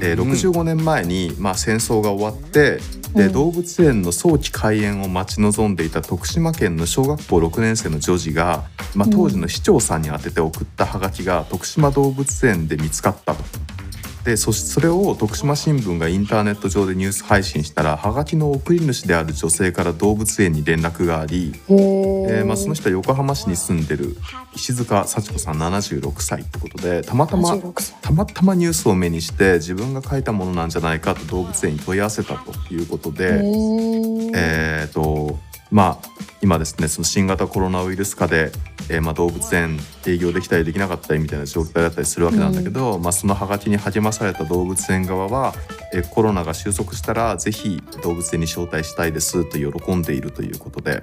Speaker 3: えー
Speaker 2: うん
Speaker 3: 65年前に、まあ、戦争が終わってで
Speaker 4: うん
Speaker 3: 動物園の早期開園を待ち望んでいた徳島県の小学校6年生の女児が、まあ、当時の市長さんに宛てて送ったハガキが徳島動物園で見つかったと。でそしそれを徳島新聞がインターネット上でニュース配信したらハガキの送り主である女性から動物園に連絡があり、
Speaker 4: へ
Speaker 3: え
Speaker 4: え
Speaker 3: ーまあ、その人は横浜市に住んでる石塚幸子さん76歳ってことでたまたま
Speaker 4: 76歳
Speaker 3: たまたまニュースを目にして自分が書いたものなんじゃないかと動物園に問い合わせたということ
Speaker 4: へ
Speaker 3: で、
Speaker 4: ー
Speaker 3: えーとまあ、今ですねその新型コロナウイルス禍で、えーまあ、動物園営業できたりできなかったりみたいな状態だったりするわけなんだけど、まあ、そのハガキに励まされた動物園側は、えーコロナが収束したらぜひ動物園に招待したいですと喜んでいるということで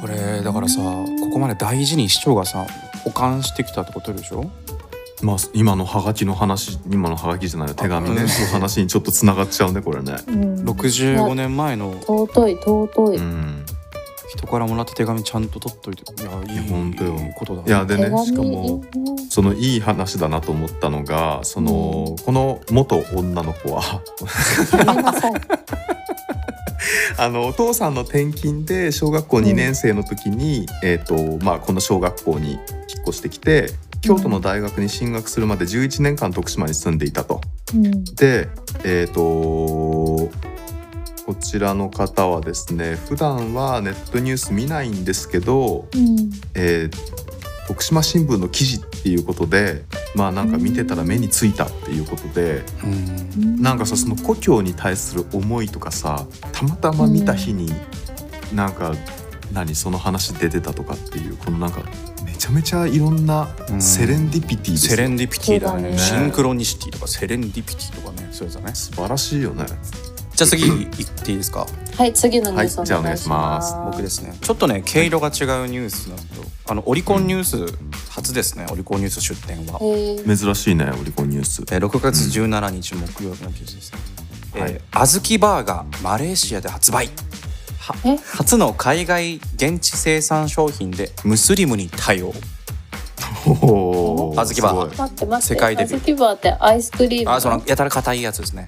Speaker 2: これだからさここまで大事に市長がさ保管してきたってことでしょ
Speaker 3: まあ今のハガキの話今のハガキじゃない手紙
Speaker 2: う
Speaker 3: ね
Speaker 2: ん
Speaker 3: その話にちょっとつながっちゃうねこれね。
Speaker 4: うん
Speaker 2: 65年前の
Speaker 4: 尊い尊い、
Speaker 3: うん
Speaker 2: 人からもらった手紙ちゃんと取っといていやい
Speaker 3: いや
Speaker 2: い
Speaker 3: 本当よ
Speaker 2: ことだ
Speaker 3: いやで
Speaker 4: 手
Speaker 3: ね
Speaker 4: 紙
Speaker 3: しかもそのいい話だなと思ったのがその、この元女の子は
Speaker 4: 言いなさい
Speaker 3: あのお父さんの転勤で小学校2年生の時に、えーとまあ、この小学校に引っ越してきて京都の大学に進学するまで11年間徳島に住んでいたと。
Speaker 4: うん
Speaker 3: でえっ、とこちらの方はですね普段はネットニュース見ないんですけど
Speaker 4: うん
Speaker 3: えー徳島新聞の記事っていうことでまあなんか見てたら目についたっていうことで
Speaker 2: うん
Speaker 3: なんかさその故郷に対する思いとかさたまたま見た日になんか何その話出てたとかっていうこのなんかめちゃめちゃいろんな
Speaker 2: うん
Speaker 3: セレンディピティです
Speaker 2: セ
Speaker 3: よ
Speaker 2: レンディピティだね
Speaker 4: そうだね
Speaker 2: シンクロニシティとかセレンディピティとかねそういうやつだね
Speaker 3: 素晴らしいよね。
Speaker 2: じゃあ次行っていいですか
Speaker 4: はい次のニュース
Speaker 3: はいじゃあ
Speaker 4: お
Speaker 3: お
Speaker 4: 願
Speaker 3: 願
Speaker 4: い
Speaker 3: い
Speaker 4: し
Speaker 3: し
Speaker 4: ま
Speaker 3: ますす
Speaker 2: 僕ですねちょっとね毛色が違うニュースなんですけどあのオリコンニュース初ですねオリコンニュース出展は
Speaker 4: へー
Speaker 3: 珍しいねオリコンニュース。
Speaker 2: えー6月17日木曜日の記事です、えー
Speaker 3: はい
Speaker 2: 小豆バーがマレーシアで発売は
Speaker 4: え
Speaker 2: 初の海外現地生産商品でムスリムに対応
Speaker 3: おー
Speaker 2: あずきバー
Speaker 3: す
Speaker 4: 待って待って
Speaker 2: 世界デビュー
Speaker 4: 小豆バーってアイスクリーム
Speaker 2: あそのやたら硬いやつですね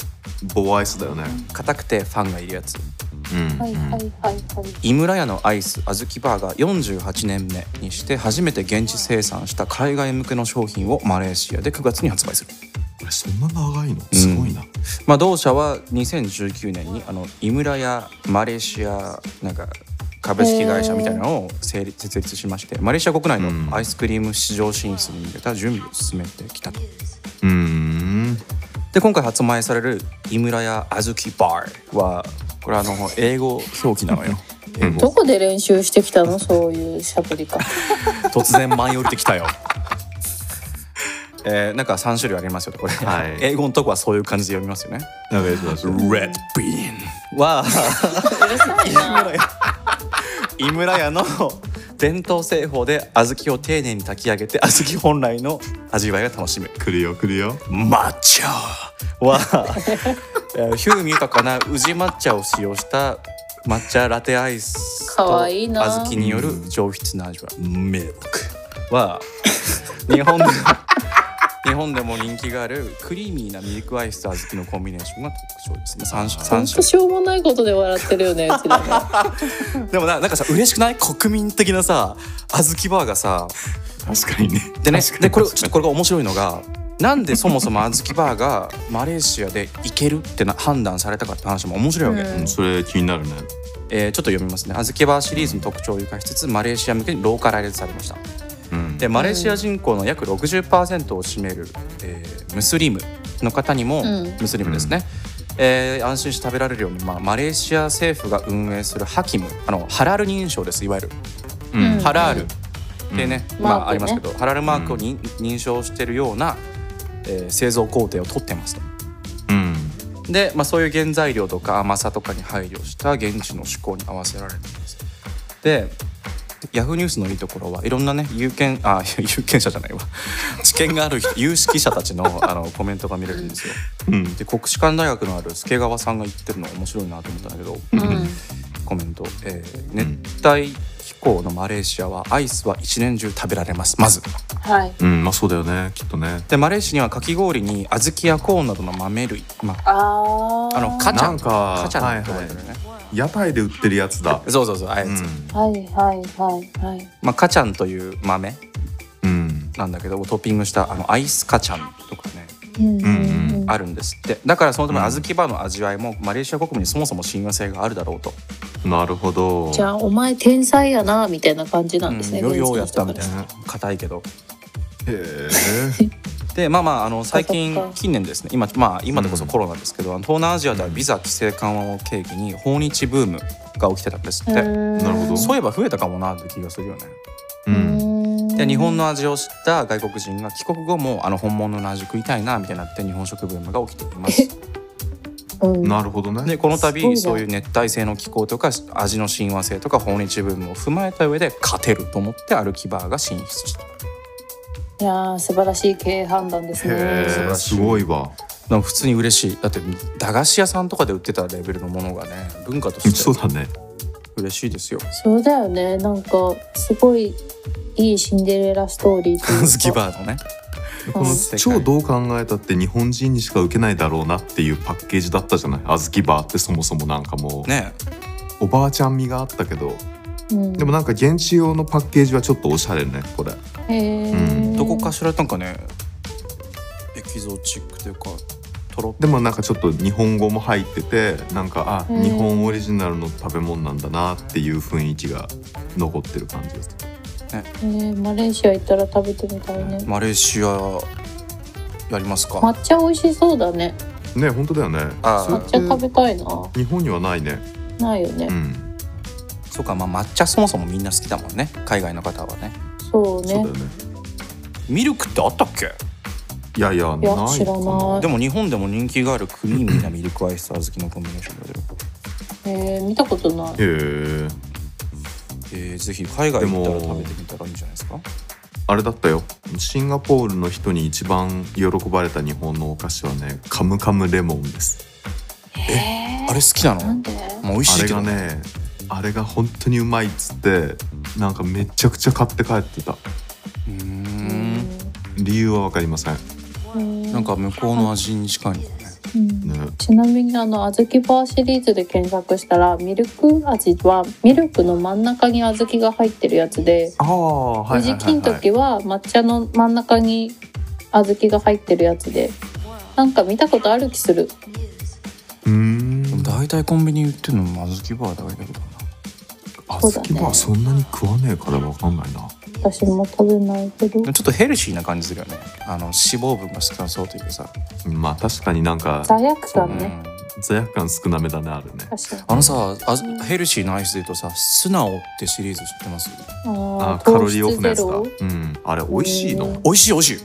Speaker 3: ごいボアイスだよね。
Speaker 2: 硬くてファンがいるやつ
Speaker 3: うん
Speaker 4: はいはいはいはい
Speaker 2: 井村屋のアイスあずきバーが48年目にして初めて現地生産した海外向けの商品をマレーシアで9月に発売する
Speaker 3: うんそんな長いのすごいな。
Speaker 2: まあ、同社は2019年にあの井村屋マレーシアなんか株式会社みたいなのを成立設立しましてマレーシア国内
Speaker 3: うん
Speaker 2: のアイスクリーム市場進出に向けた準備を進めてきたと。
Speaker 3: うーん。
Speaker 2: で今回発売される井村屋あずきバーはこれあの英語表記なのよ。英
Speaker 4: ど
Speaker 2: 語
Speaker 4: こで練習してきたのそういうしゃべり方
Speaker 2: 突然舞い降りてきたよ。 えー、なんか3種類ありますよこれ、
Speaker 3: はい
Speaker 2: 英語のとこはそういう感じで読みますよね。
Speaker 3: なんかやってました
Speaker 2: Red bean は
Speaker 4: うるさいな。
Speaker 2: 井村屋の伝統製法で小豆を丁寧に炊き上げて小豆本来の味わいが楽しめる
Speaker 3: 来るよ来るよ
Speaker 2: 抹茶は えー風味豊かな宇治抹茶を使用した抹茶ラテアイスと
Speaker 4: かわいい
Speaker 2: 小
Speaker 4: な
Speaker 2: 豆による上質な味わい名目は 日本でも日本でも人気があるクリーミーなミルクアイスと小豆のコンビネーションが特徴ですね三種
Speaker 4: ほ
Speaker 2: 三
Speaker 4: んと
Speaker 2: 種
Speaker 4: しょうもないことで笑ってるよね、うちらね。
Speaker 2: でもななんかさ嬉しくない国民的なさ小豆バーがさ
Speaker 3: 確かにね
Speaker 2: でね
Speaker 3: 確かに
Speaker 2: でこれちょ
Speaker 3: 確
Speaker 2: っ
Speaker 3: か
Speaker 2: とこれが面白いのがなんでそもそも小豆バーがマレーシアで行けるってな判断されたかって話も面白いわけ、
Speaker 4: うん
Speaker 3: にうん それ気になるね
Speaker 2: えーちょっと読みますね小豆バーシリーズの特徴を生かしつつマレーシア向けにローカライズされました
Speaker 3: うん
Speaker 2: でマレーシア人口の約60%を占める、えームスリムの方にも、
Speaker 4: うん
Speaker 2: ムスリムですね、えー安心して食べられるように、まあ、マレーシア政府が運営するハキムあのハラル認証ですいわゆる
Speaker 3: うん
Speaker 2: ハラール
Speaker 3: うん
Speaker 2: でね、
Speaker 4: うん
Speaker 2: ま
Speaker 4: マーク
Speaker 2: あ
Speaker 4: ね
Speaker 2: ありますけど、ハラルマークをに、認証してるような、えー製造工程を取ってますと。
Speaker 3: うん
Speaker 2: で、まあ、そういう原材料とか甘さとかに配慮した現地の趣向に合わせられています。でヤフーニュースのいいところはいろんなね有権あ 有権者じゃ ないわ知見がある人有識者たちのあのコメントが見れるんですよ。
Speaker 3: うん
Speaker 2: で国士舘大学のある助川さんが言ってるの面白いなと思ったんだけど、
Speaker 4: うん。
Speaker 2: コメント、えー熱帯気候のマレーシアはアイスは一年中食べられますまず
Speaker 4: はい。
Speaker 3: うんまあそうだよねきっとね
Speaker 2: でマレーシアにはかき氷に小豆やコーンなどの豆類、まあ、
Speaker 4: あー。
Speaker 2: あのカチ
Speaker 3: な
Speaker 2: ャ
Speaker 3: んか
Speaker 2: カチャって呼ば
Speaker 3: はい
Speaker 2: れて
Speaker 3: は
Speaker 2: るね、
Speaker 3: い屋台で売ってるやつだ
Speaker 2: そうそうそうあいうつ、
Speaker 3: ん
Speaker 4: はいはいはいはい。
Speaker 2: まあ、カチャンという豆
Speaker 3: うん
Speaker 2: なんだけどをトッピングしたあのアイスカチャンとかね
Speaker 4: うん
Speaker 3: うんう
Speaker 2: あるんですってだからそのため小豆バーの味わいもマレーシア国民にそもそも親和性があるだろうと、
Speaker 3: なるほど
Speaker 4: じゃあお前天才やなみたいな感じな
Speaker 2: うん
Speaker 4: ですね。
Speaker 2: んよようやったみたい
Speaker 4: な。
Speaker 2: な硬いけど
Speaker 3: へえ
Speaker 2: でまあまああの最近
Speaker 4: そっか
Speaker 2: 近年ですね今,、まあ、今でこそコロナですけど、あの東南アジアではビザ規制緩和を契機に訪日ブームが起きてたんですって、
Speaker 3: なるほど
Speaker 2: そういえば増えたかもなって気がするよね。
Speaker 3: うん
Speaker 2: で日本の味を知った外国人が帰国後もあの本物の味食いたいなみたいになって日本食ブームが起きています
Speaker 4: うん
Speaker 3: なるほどね
Speaker 2: でこの
Speaker 4: すごい
Speaker 2: 度
Speaker 4: な
Speaker 2: そういう熱帯性の気候とか味の親和性とか訪日ブームを踏まえた上で勝てると思って歩きバーが進出した
Speaker 4: いやー素晴らしい経営判断ですね。
Speaker 3: へえすごいわ
Speaker 2: なんか普通に嬉しいだって駄菓子屋さんとかで売ってたレベルのものがね文化とし
Speaker 3: そう
Speaker 2: て
Speaker 3: だね
Speaker 2: 嬉しいですよ
Speaker 4: そうだよね。なんかすごいいいシンデレラストーリーという か。
Speaker 2: 小豆バーのね
Speaker 3: この
Speaker 2: 世界
Speaker 3: 超どう考えたって日本人にしか受けないだろうなっていうパッケージだったじゃない小豆バーってそもそもなんかもう、
Speaker 2: ね
Speaker 3: おばあちゃん味があったけど
Speaker 4: うん
Speaker 3: でもなんか現地用のパッケージはちょっとおしゃれねこれ
Speaker 4: へえ
Speaker 3: うん
Speaker 2: どこかしらなんかねエキゾチックというかトロッ
Speaker 3: でもなんかちょっと日本語も入っててなんかあ
Speaker 4: うん
Speaker 3: 日本オリジナルの食べ物なんだなっていう雰囲気が残ってる感じです
Speaker 4: ねマレーシア行ったら食べてみたいね。
Speaker 2: マレーシアやりますか、
Speaker 4: 抹茶美味しそうだね。
Speaker 3: ね本当だよね
Speaker 2: あー
Speaker 3: それ
Speaker 4: 抹
Speaker 3: って
Speaker 4: 茶食べたいな。
Speaker 3: 日本にはないね
Speaker 4: ないよね。
Speaker 3: うん
Speaker 2: そうかまあ抹茶そもそもみんな好きだもんね海外の方はね
Speaker 4: そう
Speaker 3: そうだ
Speaker 4: ね
Speaker 3: よ。ね
Speaker 2: ミルクってあったっけ
Speaker 3: いやいやない
Speaker 4: いや
Speaker 3: か
Speaker 4: 知らない
Speaker 2: でも日本でも人気があるクリーミーなミルクアイスと小豆のコンビネーションだよ
Speaker 4: へえ見たことない。
Speaker 3: へえ
Speaker 2: えー、ぜひ海外行ったら食べてみたらいいんじゃないですか
Speaker 3: あれだったよシンガポールの人に一番喜ばれた日本のお菓子はねカムカムレモンです
Speaker 4: え
Speaker 2: あれ好きなの
Speaker 4: なんで？
Speaker 2: まあ、美味し
Speaker 3: あ
Speaker 2: い
Speaker 3: れ
Speaker 2: けど
Speaker 3: がねあれが本当にうまいっつってなんかめちゃくちゃ買って帰ってた
Speaker 2: うーん
Speaker 3: 理由は分かりませんね
Speaker 4: うん
Speaker 2: なんか向こうの味に近いのね
Speaker 4: うんちなみにあの小豆バーシリーズで検索したらミルク味はミルクの真ん中に小豆が入ってるやつで
Speaker 3: ああは
Speaker 4: 富
Speaker 3: いはい
Speaker 4: 士
Speaker 3: はい、
Speaker 4: 金
Speaker 3: はい、
Speaker 4: 時は抹茶の真ん中に小豆が入ってるやつでなんか見たことある気する
Speaker 3: うーん
Speaker 2: でも大体コンビニ売ってるのも小豆バーだけだけどな
Speaker 4: そう
Speaker 3: 小
Speaker 4: だね
Speaker 3: 豆はそんなに食わねえから分かんないな
Speaker 4: 私も食べないけど
Speaker 2: でもちょっとヘルシーな感じするよねあの脂肪分が少なそうというかさ、
Speaker 3: まあ確かになんか
Speaker 4: 罪悪
Speaker 2: う
Speaker 4: 感ね
Speaker 2: ん、
Speaker 3: 罪悪感少なめだねあるね
Speaker 4: 確かに
Speaker 2: あのさあヘルシーなアイスで言うとさスナオってシリーズ知ってます
Speaker 4: あ
Speaker 3: あ
Speaker 4: ー
Speaker 3: ーカロリーオフのやつだ
Speaker 4: 糖質ゼ
Speaker 3: うんあれ美味しい
Speaker 4: へ
Speaker 3: の
Speaker 4: ー
Speaker 2: 美味しい美味しい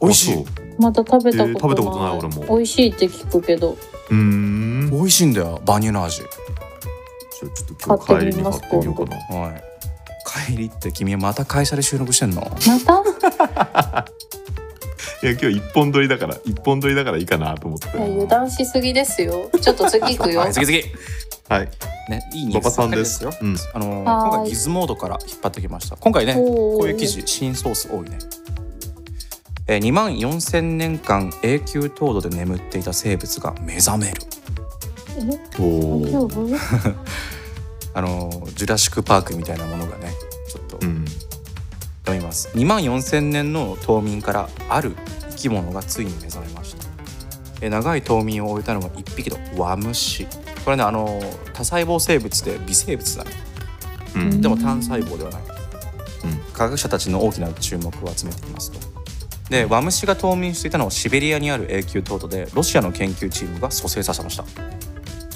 Speaker 2: 美味し
Speaker 3: あ
Speaker 2: い
Speaker 3: そう
Speaker 4: ロまだ食べたことない,、
Speaker 3: えー食べたことない俺も
Speaker 4: 美味しいって聞くけど
Speaker 3: うーん
Speaker 2: 美味しいんだよバニラ味、
Speaker 3: ちょっと今日帰りに買ってみようかな
Speaker 2: はい、帰りって君また会社で収録してんの
Speaker 4: また
Speaker 3: いや今日一本撮りだから一本撮りだからいいかなと思って
Speaker 4: いや 油断しすぎですよちょっと次行くよ
Speaker 2: はい次次
Speaker 3: はい
Speaker 2: ねいいニュ
Speaker 3: 馬
Speaker 2: ー
Speaker 3: 場
Speaker 2: スば
Speaker 3: さ
Speaker 2: っ
Speaker 3: ん
Speaker 2: かり
Speaker 3: です
Speaker 2: よ
Speaker 3: うん
Speaker 2: あの
Speaker 4: はー
Speaker 2: ー
Speaker 4: い
Speaker 2: 今回ギズモードから引っ張ってきました今回ね
Speaker 4: おー
Speaker 2: こういう記事新ソース多いね、えー、2万4,000年間永久凍土で眠っていた生物が目覚める
Speaker 3: お
Speaker 4: え大丈
Speaker 3: ー
Speaker 4: 夫
Speaker 2: あのージュラシック・パークみたいなものがねちょっと
Speaker 3: うん
Speaker 2: 読みます2万4,000年の冬眠からある生き物がついに目覚めましたえー長い冬眠を終えたのは1匹のワムシこれねあのー多細胞生物で微生物だね
Speaker 3: うん
Speaker 2: でも単細胞ではない、
Speaker 3: うん
Speaker 2: 科学者たちの大きな注目を集めていますとでワムシが冬眠していたのはシベリアにある永久凍土でロシアの研究チームが蘇生させました、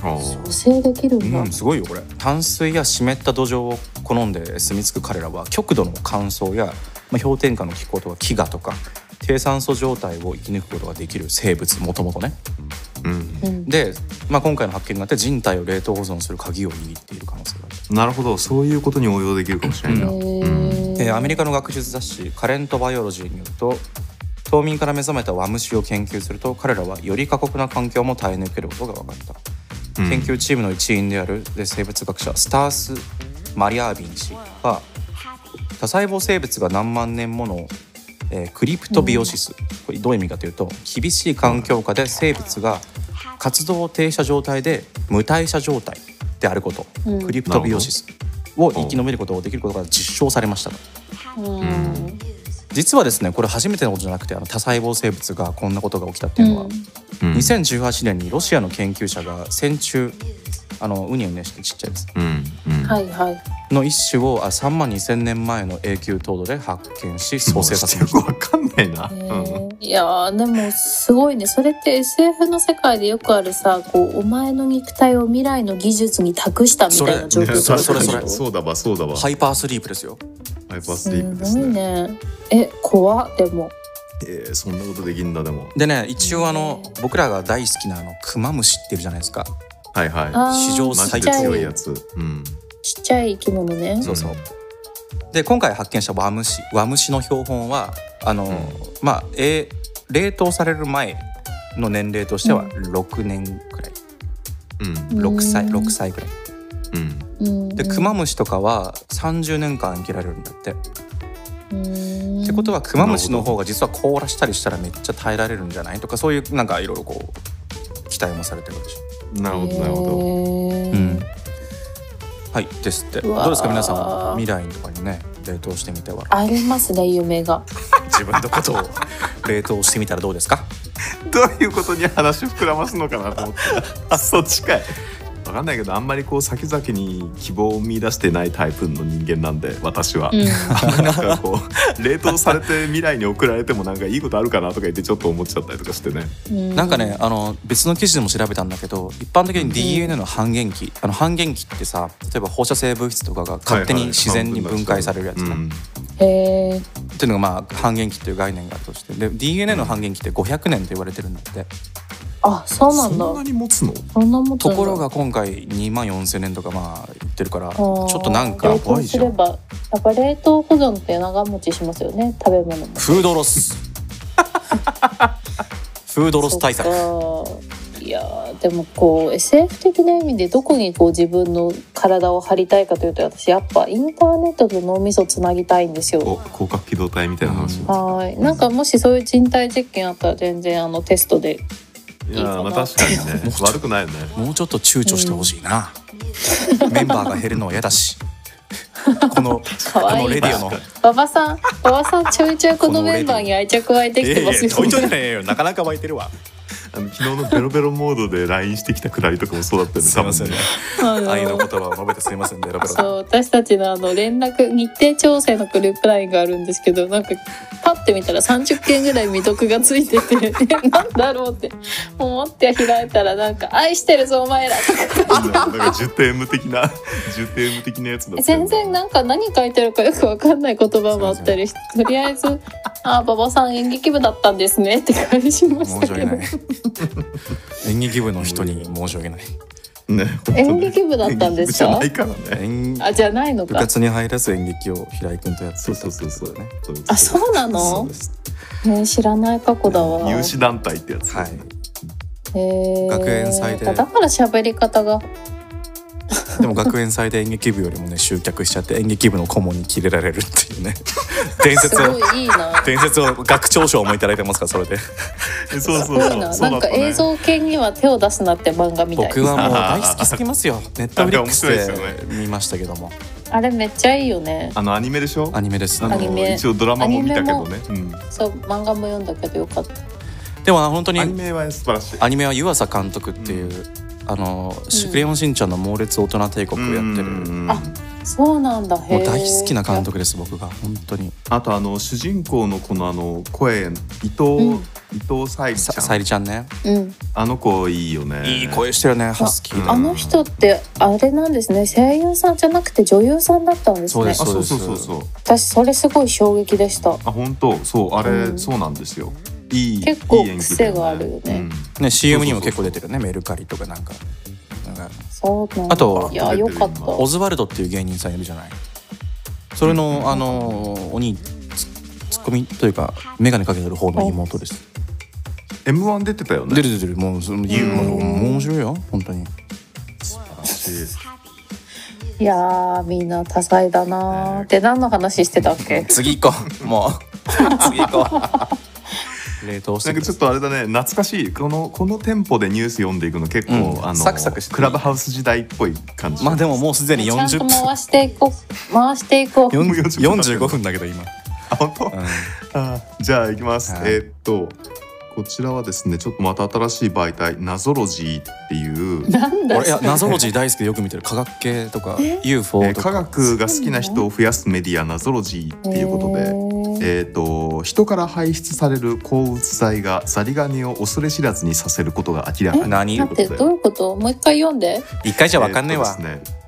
Speaker 3: あ
Speaker 4: 蘇
Speaker 3: ー
Speaker 4: 生できるんだ、
Speaker 2: うん、すごいよこれ淡水や湿った土壌を好んで住み着く彼らは極度の乾燥や、まあ、氷点下の気候とか飢餓とか低酸素状態を生き抜くことができる生物もともとね
Speaker 3: うん
Speaker 4: うん
Speaker 2: で、まあ、今回の発見になって人体を冷凍保存する鍵を握っている可能性がある
Speaker 3: なるほどそういうことに応用できるかもしれないな、うん
Speaker 4: へ
Speaker 2: えーアメリカの学術雑誌カレント・バイオロジーによると冬眠から目覚めたワムシを研究すると彼らはより過酷な環境も耐え抜けることが分かった、
Speaker 3: うん
Speaker 2: 研究チームの一員であるで生物学者スタース・マリアービン氏は多細胞生物が何万年もの、えークリプトビオシス、これどういう意味かというと厳しい環境下で生物が活動を停止した状態で無代謝状態であること、
Speaker 4: うん
Speaker 2: クリプトビオシスを生き延びることができることが実証されましたと
Speaker 4: うん
Speaker 2: 実はですねこれ初めてのことじゃなくてあの多細胞生物がこんなことが起きたっていうのは、
Speaker 3: うん
Speaker 2: 2018年にロシアの研究者が線虫あのウニウニしてちっちゃいです
Speaker 3: うんうん
Speaker 4: はいはい
Speaker 2: の一種をあ3万2,000年前の永久凍土で発見し
Speaker 3: も
Speaker 2: 創
Speaker 3: う
Speaker 2: 生させまし
Speaker 3: して
Speaker 2: た
Speaker 3: よくわかんないな、うん
Speaker 4: いやーでもすごいねそれって SF の世界でよくあるさこうお前の肉体を未来の技術に託したみたいな状
Speaker 2: れ
Speaker 4: 況とか
Speaker 2: それそれ
Speaker 4: でしょ
Speaker 3: そうだわそうだわ
Speaker 2: ハイパースリープですよ
Speaker 3: ハイパースリープですす
Speaker 4: ごい
Speaker 3: ね
Speaker 4: ねえ怖っでも
Speaker 3: えーそんなことできんだでも
Speaker 2: でね一応あの僕らが大好きなあのクマムシっているじゃないですか
Speaker 3: はいは
Speaker 4: あー
Speaker 2: 史上
Speaker 3: いマ
Speaker 2: 最
Speaker 3: ジで
Speaker 4: ちっちゃい
Speaker 3: 強いやつうん
Speaker 4: ちっちゃい生き物ね
Speaker 2: そうそう
Speaker 3: うん
Speaker 2: で今回発見したワムシワムシの標本はあの、
Speaker 3: ん
Speaker 2: まあ、えー冷凍される前の年齢としては
Speaker 4: うん
Speaker 2: 6年くらい、
Speaker 3: うん
Speaker 2: 6歳
Speaker 4: うん
Speaker 2: 6歳くらい
Speaker 3: うん
Speaker 4: うん
Speaker 2: でクマムシとかは30年間生きられるんだって、
Speaker 4: うん
Speaker 2: ってことはクマムシの方が実は凍らしたりしたらめっちゃ耐えられるんじゃないとかそういうなんかいろいろこう期待もされてるでし
Speaker 3: なるほどなるほ
Speaker 4: へー
Speaker 2: ょ、はいですって
Speaker 4: う
Speaker 2: ど
Speaker 4: わー
Speaker 2: うですか皆さん未来とかにね冷凍してみては
Speaker 4: ありますね夢が
Speaker 2: 自分のことを冷凍してみたらどうですか
Speaker 3: どどういうことに話を膨らますのかなと思ってあそっちかいわかんないけどあんまりこう先々に希望を見出してないタイプの人間なんで私は、なんかこう冷凍されて未来に送られてもなんかいいことあるかなとか言ってちょっと思っちゃったりとかしてね
Speaker 2: なんかねあの別の記事でも調べたんだけど一般的に DNA の半減期、あの半減期ってさ例えば放射性物質とかが勝手に自然に分解されるやつ、
Speaker 3: はいはい
Speaker 4: へえ
Speaker 2: っていうのがまあ半減期っていう概念があるとしてで DNA の半減期って500年と言われてるんだって、
Speaker 4: あそうな
Speaker 3: 半分
Speaker 4: ん
Speaker 3: の人うんそんな
Speaker 4: だ
Speaker 3: に持つの
Speaker 4: そんなもんなんだ
Speaker 2: ところが今回2万4,000年とかまあ言ってるからちょっとなん
Speaker 4: あ
Speaker 2: か
Speaker 4: ー冷凍すればやっぱ冷凍保存って長持ちしますよね食べ物も
Speaker 2: フードロ スフードロス対策
Speaker 4: そっかいやーでもこう SF 的な意味でどこにこう自分の体を張りたいかというと私やっぱインターネットと脳みそつなぎたいんですよ
Speaker 3: お広角機動隊みたいな話、
Speaker 2: うん
Speaker 4: はーいなんかもしそういう人体実験あったら全然あのテストで
Speaker 3: いやーまあ確かにね 悪くないよね
Speaker 2: もうちょっと躊躇してほしいな、メンバーが減るのは嫌だ しこの
Speaker 4: かわいい
Speaker 2: このレディオの
Speaker 4: 馬場さん馬場さんちょいちょいこのメンバーに愛着湧いてきてますよ、ね、
Speaker 2: ないよなかなか湧いてるわ
Speaker 3: あの昨日のベロベロモードで LINE してきたくだりとかもそうだったよ ね
Speaker 2: すいませんね
Speaker 4: あの
Speaker 2: 愛の言葉を述べてすいませんねロ ベロ
Speaker 4: そう私たちのあの連絡日程調整のグループラインがあるんですけどなんかパッて見たら30件ぐらい未読がついて てえなんだろうって思って開いたらなんか「愛してるぞお前ら」と
Speaker 3: 多
Speaker 4: か
Speaker 3: 分なんかジュテーム的な ジュテーム的なやつだったよね
Speaker 4: 全然なんか何書いてるかよく分かんない言葉もあったりしてとりあえず 「あ馬場さん演劇部だったんですね」って返しまし
Speaker 2: 申
Speaker 4: た
Speaker 2: し
Speaker 4: け
Speaker 2: 訳
Speaker 4: ど
Speaker 2: ない演劇部の人に申し訳ない
Speaker 3: ね
Speaker 4: 演劇部だったんですか
Speaker 3: 演劇部じゃないからね
Speaker 2: 演
Speaker 4: あじゃないの
Speaker 2: 部
Speaker 4: か
Speaker 2: 活に入らず演劇を平井君とやって
Speaker 3: そ
Speaker 2: いうた
Speaker 3: そうそうそう
Speaker 2: というこ
Speaker 3: そういうこと
Speaker 4: あそうな
Speaker 3: そう
Speaker 4: の
Speaker 3: です
Speaker 4: ね知らない過去だわ
Speaker 3: 有志団体ってやつ
Speaker 2: とねはい
Speaker 4: へー
Speaker 2: 学園祭で
Speaker 4: だから喋り方が
Speaker 2: でも学園祭で演劇部よりもね集客しちゃって演劇部の顧問にキレられるっていうね 伝
Speaker 4: す
Speaker 2: 説を
Speaker 4: ごいいいな
Speaker 2: 伝説を学長賞もいただいてますからそれで
Speaker 3: えそう
Speaker 4: す
Speaker 3: そ
Speaker 4: ご
Speaker 3: う
Speaker 4: い
Speaker 3: そう
Speaker 4: な
Speaker 3: そうだ
Speaker 4: なん
Speaker 3: っ
Speaker 4: か
Speaker 3: たね
Speaker 4: 映像系には手を出すなって漫画みたい
Speaker 2: 僕
Speaker 4: な
Speaker 2: はもう大好きすぎますよネットフリックス
Speaker 3: 面白いですよ
Speaker 2: で見ましたけども
Speaker 4: あれめっちゃいいよね
Speaker 3: あのアニメでしょ
Speaker 2: アニメです
Speaker 3: あの
Speaker 4: アニメ
Speaker 3: 一応ドラマも見たけどね、うん、
Speaker 4: そう漫画も読んだけどよかった
Speaker 2: でもあの本当に
Speaker 3: アニメは素晴らしい
Speaker 2: アニメは湯浅監督っていう、あのシクレヨンしんちゃんの猛烈大人帝国をやってる、
Speaker 3: うん
Speaker 4: あそうなんだへ
Speaker 2: も
Speaker 4: ー
Speaker 2: う大好きな監督です僕が本当に
Speaker 3: あとあの主人公のこのあの声伊藤、
Speaker 4: うん
Speaker 3: 伊藤沙莉ち
Speaker 2: さ
Speaker 3: ゃん
Speaker 2: さゆりちゃんね、
Speaker 4: うん
Speaker 3: あの子いいよね
Speaker 2: いい声してるねハスキー
Speaker 3: う
Speaker 2: で
Speaker 3: ん
Speaker 4: あの人ってあれなんですね声優さんじゃなくて女優さんだったんです
Speaker 2: そう
Speaker 4: ね
Speaker 2: です
Speaker 3: あそうそうそうそう
Speaker 4: 私それすごい衝撃でした
Speaker 3: あ本当そうあれ、
Speaker 4: うん
Speaker 3: そうなんですよいい
Speaker 4: 結構
Speaker 3: いい演技だ
Speaker 4: 癖があるよね
Speaker 2: ね CM にも結構出てるねメルカリとかなんかなんか
Speaker 4: そうなんだ
Speaker 2: あと
Speaker 4: いやよかった
Speaker 2: オズワルドっていう芸人さんいるじゃないそれの、あのお兄ツツッコミというか眼鏡かけてる方の妹です
Speaker 3: m 1出てたよね
Speaker 2: 出る出てるもうその言う
Speaker 4: うん
Speaker 2: もう面白いよ本当に
Speaker 4: いやーみんな多彩だなーって何の話してたっけ
Speaker 2: 次行こう もう次行こう冷凍し
Speaker 3: な
Speaker 2: て
Speaker 3: んかちょっとあれだね懐かしいこのこのテンポでニュース読んでいくの結構、
Speaker 2: うん
Speaker 3: あの
Speaker 2: サクサクしてる
Speaker 3: クラブハウス時代っぽい感じ
Speaker 2: まあでももうすでに
Speaker 4: ちゃん
Speaker 2: 40
Speaker 4: と
Speaker 2: 分
Speaker 4: 回していこう回していこう
Speaker 2: 40
Speaker 3: 40
Speaker 2: 45分だけど今、
Speaker 3: あ本当、 あじゃあ行きます、
Speaker 2: はい
Speaker 3: えーっとこちらはですねちょっとまた新しい媒体ナゾロジーっていう
Speaker 4: なんだ
Speaker 2: 俺いや謎文字大好きでよく見てる科学系とか UFO
Speaker 3: えー
Speaker 2: と
Speaker 3: 科
Speaker 2: か
Speaker 3: 学が好きな人を増やすメディアナゾロジーっていうこと
Speaker 4: へ
Speaker 3: で、
Speaker 4: ー
Speaker 3: えーっと人から排出される抗うつ剤がザリガニを恐れ知らずにさせることが明らかに
Speaker 2: 何
Speaker 4: 待ってどういうこともう一回読んで
Speaker 2: 一回じゃ分かんねえわ、
Speaker 3: えーっとですね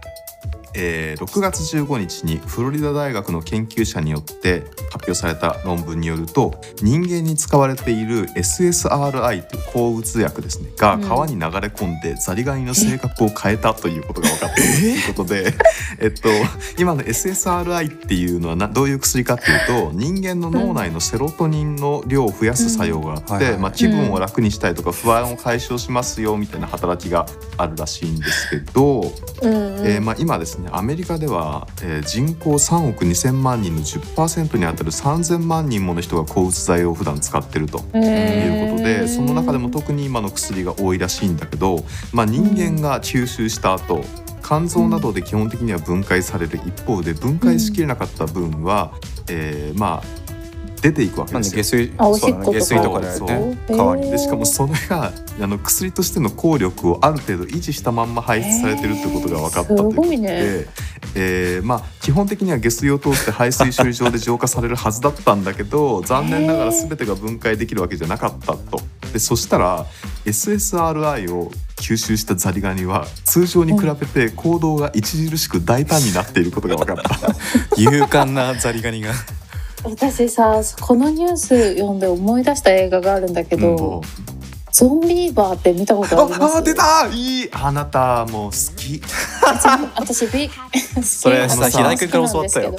Speaker 3: えー6月15日にフロリダ大学の研究者によって発表された論文によると人間に使われている SSRI という抗うつ薬ですねが
Speaker 4: うん
Speaker 3: 川に流れ込んでザリガニの性格を変えたということが分かったということで、えっと、今の SSRI っていうのはなどういう薬かっていうと人間の脳内のセロトニンの量を増やす作用があ
Speaker 2: うん
Speaker 3: っ
Speaker 2: はい
Speaker 3: て、
Speaker 2: はい
Speaker 3: まあ、気分を楽にしたりとか不安を解消しますよみたいな働きがあるらしいんですけど、
Speaker 4: うんうん
Speaker 3: えーまあ、今ですねアメリカでは、えー人口3億2,000万人の10%にあたる3,000万人もの人が抗うつ剤を普段使ってると。ということでその中でも特に今の薬が多いらしいんだけど、まあ、人間が吸収した後肝臓などで基本的には分解される一方で分解しきれなかった分は、えーまあ出ていくわけ
Speaker 2: なん
Speaker 3: で
Speaker 2: です
Speaker 3: よ
Speaker 2: 下。水
Speaker 4: あおし
Speaker 2: そう
Speaker 4: っ
Speaker 2: だね
Speaker 4: ことか
Speaker 2: 下水とかだよ
Speaker 3: そう
Speaker 2: ね
Speaker 4: そう
Speaker 2: 川に
Speaker 3: でしかもそれが あの薬としての効力をある程度維持したまんま排出されてるってことが分かったということ
Speaker 4: すごいね
Speaker 3: で、えーまあ、基本的には下水を通して排水処理場で浄化されるはずだったんだけど残念ながら全てが分解できるわけじゃなかったと。でそしたら SSRI を吸収したザリガニは通常に比べて行動が著しく大胆になっていることが分か った。
Speaker 2: 勇敢なザリガニが
Speaker 4: 私さこのニュース読んで思い出した映画があるんだ けど、ゾンビーバーって見たことありま
Speaker 3: あ
Speaker 4: す
Speaker 3: あ出たいいあなたもう好き
Speaker 4: 私ビ
Speaker 2: そ
Speaker 4: そ
Speaker 2: れ
Speaker 3: さ平井
Speaker 2: 君から教わったよ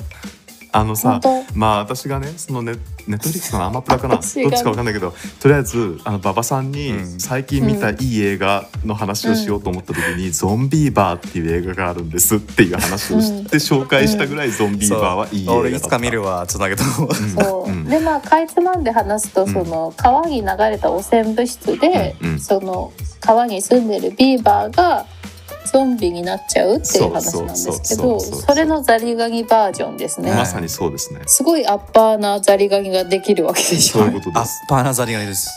Speaker 3: あのさ
Speaker 4: 本
Speaker 3: まあ私がねそのネネットフリックスのアマプラかなどっ
Speaker 4: 私
Speaker 3: ち
Speaker 4: が
Speaker 3: かわかんないけどとりあえずあの馬場さんに
Speaker 2: うん
Speaker 3: 最近見たいい映画の話をしようと思った時に「ゾンビーバー」っていう映画があるんですっていう話をして紹介したぐらい「ゾンビーバー」はいい映画だった。
Speaker 2: 俺いつか見るわつなげたの
Speaker 4: そ
Speaker 3: う
Speaker 4: う、
Speaker 3: ん
Speaker 4: でまあかいつまんで話すと、
Speaker 3: ん
Speaker 4: その川に流れた汚染物質で、
Speaker 3: うんうん
Speaker 4: その川に住んでるビーバーがゾンビになっちゃうっていう話なんですけ
Speaker 3: そ
Speaker 4: ど
Speaker 3: うそうそうそう
Speaker 4: それのザリガニバージョンですね、
Speaker 2: はい
Speaker 3: まさにそうですね。
Speaker 4: すごいアッパーなザリガニができるわけでし
Speaker 3: そう
Speaker 4: ょ
Speaker 3: いうこと
Speaker 2: アッ
Speaker 3: です。
Speaker 2: パーなザリガニです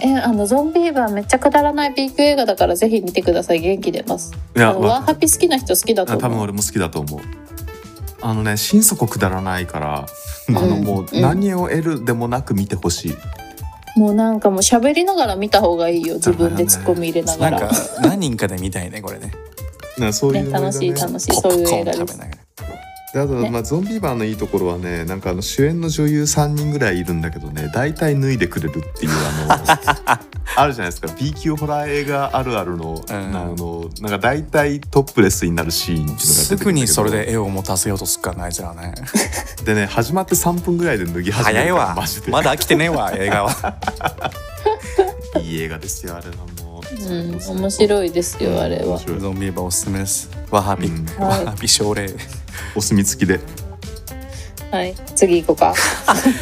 Speaker 4: えあのゾンビーバーめっちゃくだらない B 級映画だからぜひ見てください元気出ます
Speaker 3: いや
Speaker 4: あのワン
Speaker 3: わ
Speaker 4: ハピ好きな人好きだと
Speaker 3: あ多分
Speaker 4: 思う
Speaker 3: 俺も好きだと思う。あのね心底くだらないからあの
Speaker 4: うん
Speaker 3: もう
Speaker 4: うん
Speaker 3: 何を得るでもなく見てほしい。
Speaker 4: もうなんかもう喋りながら見た方がいいよ自分でツッコミ入れな
Speaker 2: な
Speaker 4: が
Speaker 2: ん
Speaker 4: ら
Speaker 2: か何人かで見たいねこれね
Speaker 3: ねそういう
Speaker 4: ね楽しい
Speaker 3: 映画ね
Speaker 4: 楽しい
Speaker 2: ポ
Speaker 4: そ
Speaker 2: ップ
Speaker 4: ういう
Speaker 2: コー
Speaker 4: 映
Speaker 2: ン
Speaker 4: 画
Speaker 2: 食
Speaker 4: で
Speaker 2: べ
Speaker 4: す
Speaker 2: ながら
Speaker 3: であと、
Speaker 4: ね
Speaker 3: まあ、ゾンビーバーのいいところはねなんかあの主演の女優3人ぐらいいるんだけどね大体脱いでくれるっていうあ のあるじゃないですか B 級ホラー映画あるあるの,、
Speaker 2: うん
Speaker 3: あのなんか大体トップレスになるシーンっていうのが出てくるんだけど
Speaker 2: すぐにそれで絵を持たせようとすっからないじゃあね
Speaker 3: でね始まって3分ぐらいで脱ぎ始め
Speaker 2: 早い
Speaker 3: るから
Speaker 2: わ
Speaker 3: マジで
Speaker 2: まだ飽きてねえ わ映画は
Speaker 3: いい映画ですよあれはもう、
Speaker 4: うん、面白いですよ、あれ
Speaker 3: 面
Speaker 4: は。
Speaker 3: 白い
Speaker 2: ゾンビーバーおすすめですわはび、
Speaker 3: うん
Speaker 2: わはび奨励
Speaker 3: お墨付きで
Speaker 4: はい、次行こ うか。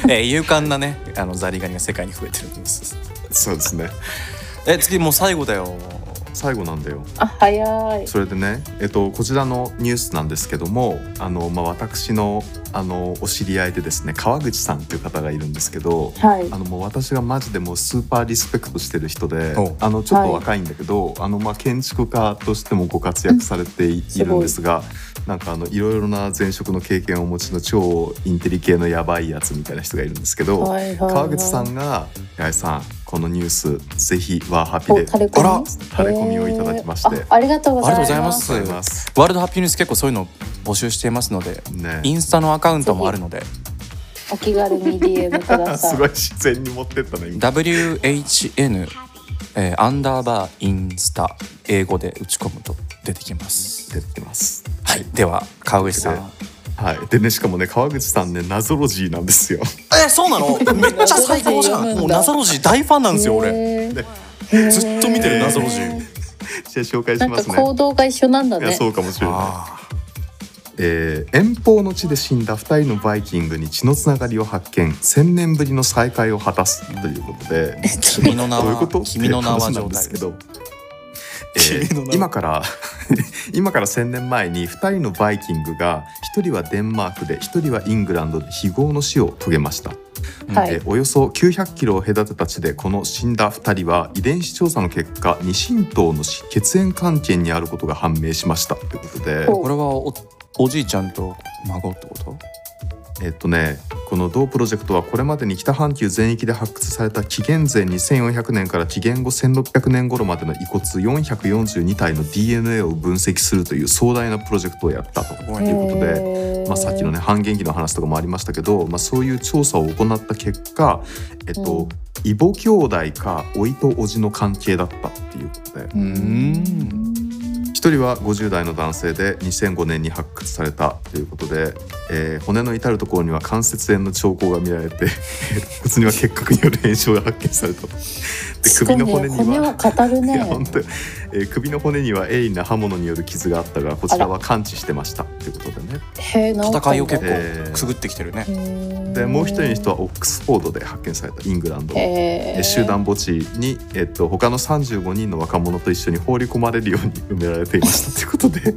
Speaker 2: えー勇敢なねあのザリガニが世界に増えてるニュースです
Speaker 3: そうですね
Speaker 2: え次もう最後だよ
Speaker 3: 最後なんだよ
Speaker 4: あ、早い。
Speaker 3: それでね、えっと、こちらのニュースなんですけどもあの、まあ、私のあのお知り合いでですね川口さんという方がいるんですけど
Speaker 4: はい
Speaker 3: あ。のもう私がマジでもうスーパーリスペクトしてる人で
Speaker 2: お
Speaker 3: あのちょっと若いんだけど、あのまあ建築家としてもご活躍されてい,、
Speaker 4: すごい
Speaker 3: るんですがなんかあのいろいろな前職の経験をお持ちの超インテリ系のやばいやつみたいな人がいるんですけど、
Speaker 4: はいはいはい
Speaker 3: 川口さんが「八重さんこのニュースぜひワーハピ
Speaker 4: お
Speaker 3: で」
Speaker 4: 垂れ込み
Speaker 3: あら垂れ込みをいただきまして。
Speaker 4: えーあありがとうございま
Speaker 2: あり
Speaker 4: す。
Speaker 2: がとうございます
Speaker 3: ありがとうございます
Speaker 2: ワールドハッピーニュース結構そういうの募集していますので
Speaker 3: ね
Speaker 2: インスタのアカウントもあるので
Speaker 4: お気軽に DM くださ
Speaker 3: す
Speaker 4: い。
Speaker 3: ごい自然に持ってったね今
Speaker 2: WHN、えーアンダーバーインスタ英語で打ち込むと出てきます
Speaker 3: 出てきます
Speaker 2: はいでは川口さん
Speaker 3: はいでねしかもね川口さんねナゾロジーなんですよ
Speaker 2: えそうなのめっちゃ最高じゃ
Speaker 4: ナゾ
Speaker 2: ん
Speaker 4: ロジー読むんだ
Speaker 2: もうナゾロジー大ファンなんですよ俺
Speaker 4: へー
Speaker 3: で
Speaker 2: ずっと見てるナゾロジー
Speaker 3: じゃあ紹介
Speaker 4: な
Speaker 3: し
Speaker 4: ん
Speaker 3: ま
Speaker 4: か
Speaker 3: すね
Speaker 4: 行動が一緒なんだ
Speaker 3: いや
Speaker 4: ね。
Speaker 3: そうかもしれない
Speaker 2: あ
Speaker 3: えー遠方の地で死んだ2人のバイキングに血のつながりを発見1000年ぶりの再会を果たすということで
Speaker 2: ー君の名
Speaker 3: どういうこ
Speaker 2: は
Speaker 3: と
Speaker 2: 君の名は
Speaker 3: って話な
Speaker 2: 状
Speaker 3: んで
Speaker 2: 態
Speaker 3: すけ
Speaker 2: です
Speaker 3: ど、え
Speaker 2: 君の名は
Speaker 3: ー今から 今から1000年前に2人のバイキングが1人はデンマークで1人はイングランドで非業の死を遂げました
Speaker 4: は
Speaker 3: え
Speaker 4: い。
Speaker 3: ーおよそ900キロを隔てた地でこの死んだ2人は遺伝子調査の結果二神党の血縁関係にあることが判明しましたということで
Speaker 4: ほう
Speaker 2: これはおおじいちゃんと孫ってこと
Speaker 3: えっとねこの同プロジェクトはこれまでに北半球全域で発掘された紀元前2400年から紀元後1600年頃までの遺骨442体の DNA を分析するという壮大なプロジェクトをやったと
Speaker 2: ご
Speaker 3: いうことで。
Speaker 4: へー
Speaker 3: まあ、さっきのね半減期の話とかもありましたけど、まあ、そういう調査を行った結果、えっ
Speaker 4: う
Speaker 3: と
Speaker 4: ん
Speaker 3: 異母兄弟か甥と叔父の関係だったっていうことで
Speaker 2: うーん
Speaker 3: 一人は50代の男性で2005年に発掘されたということで、えー骨の至る所には関節炎の兆候が見られて 骨には結核による炎症が発見されたとで
Speaker 4: しか
Speaker 3: 首
Speaker 4: も
Speaker 3: の骨には
Speaker 4: 骨を語 る
Speaker 3: い
Speaker 4: ね
Speaker 3: や。本当にえー首の骨には鋭利な刃物による傷があったがこちらは完治してましたということでね
Speaker 4: へー
Speaker 2: 戦いを結
Speaker 3: へー
Speaker 2: 構くすぐってきてるね
Speaker 3: でもう一人の人
Speaker 4: は。
Speaker 3: はオックスフォードで発見されたイングランドの
Speaker 4: へー
Speaker 3: え集団墓地に、えっと、他の35人の若者と一緒に放り込まれるように埋められていま したということで、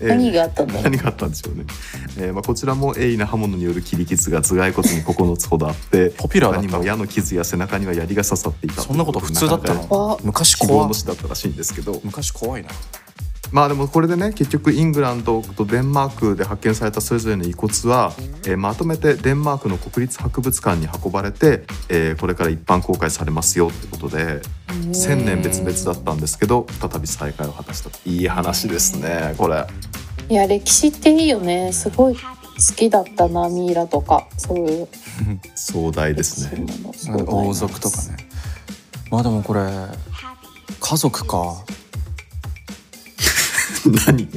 Speaker 3: えー
Speaker 4: 何があ ったんだろう
Speaker 3: 何があったんでしょうね、えーまあ、こちらも鋭意な刃物による切り傷が頭蓋骨に9つほどあって
Speaker 2: ポピュラーだ
Speaker 3: 他
Speaker 2: った
Speaker 3: にも矢の傷や背中には槍が刺さっていた
Speaker 2: そんなこと普通だった
Speaker 3: なかなか
Speaker 2: の
Speaker 4: わ
Speaker 2: 昔
Speaker 3: 希望
Speaker 2: 怖
Speaker 3: の死だったらしいんですけど
Speaker 2: 昔怖いな
Speaker 3: まあでもこれでね結局イングランドとデンマークで発見されたそれぞれの遺骨は、えーまとめてデンマークの国立博物館に運ばれて、えーこれから一般公開されますよってことで1,000年別々だったんですけど再び再会を果たしたいい話ですねこれ
Speaker 4: いや歴史っていいよねすごい好きだったなミイラとかそういう
Speaker 3: 壮大ですね
Speaker 2: 王族とかねまあでもこれ家族か
Speaker 3: 何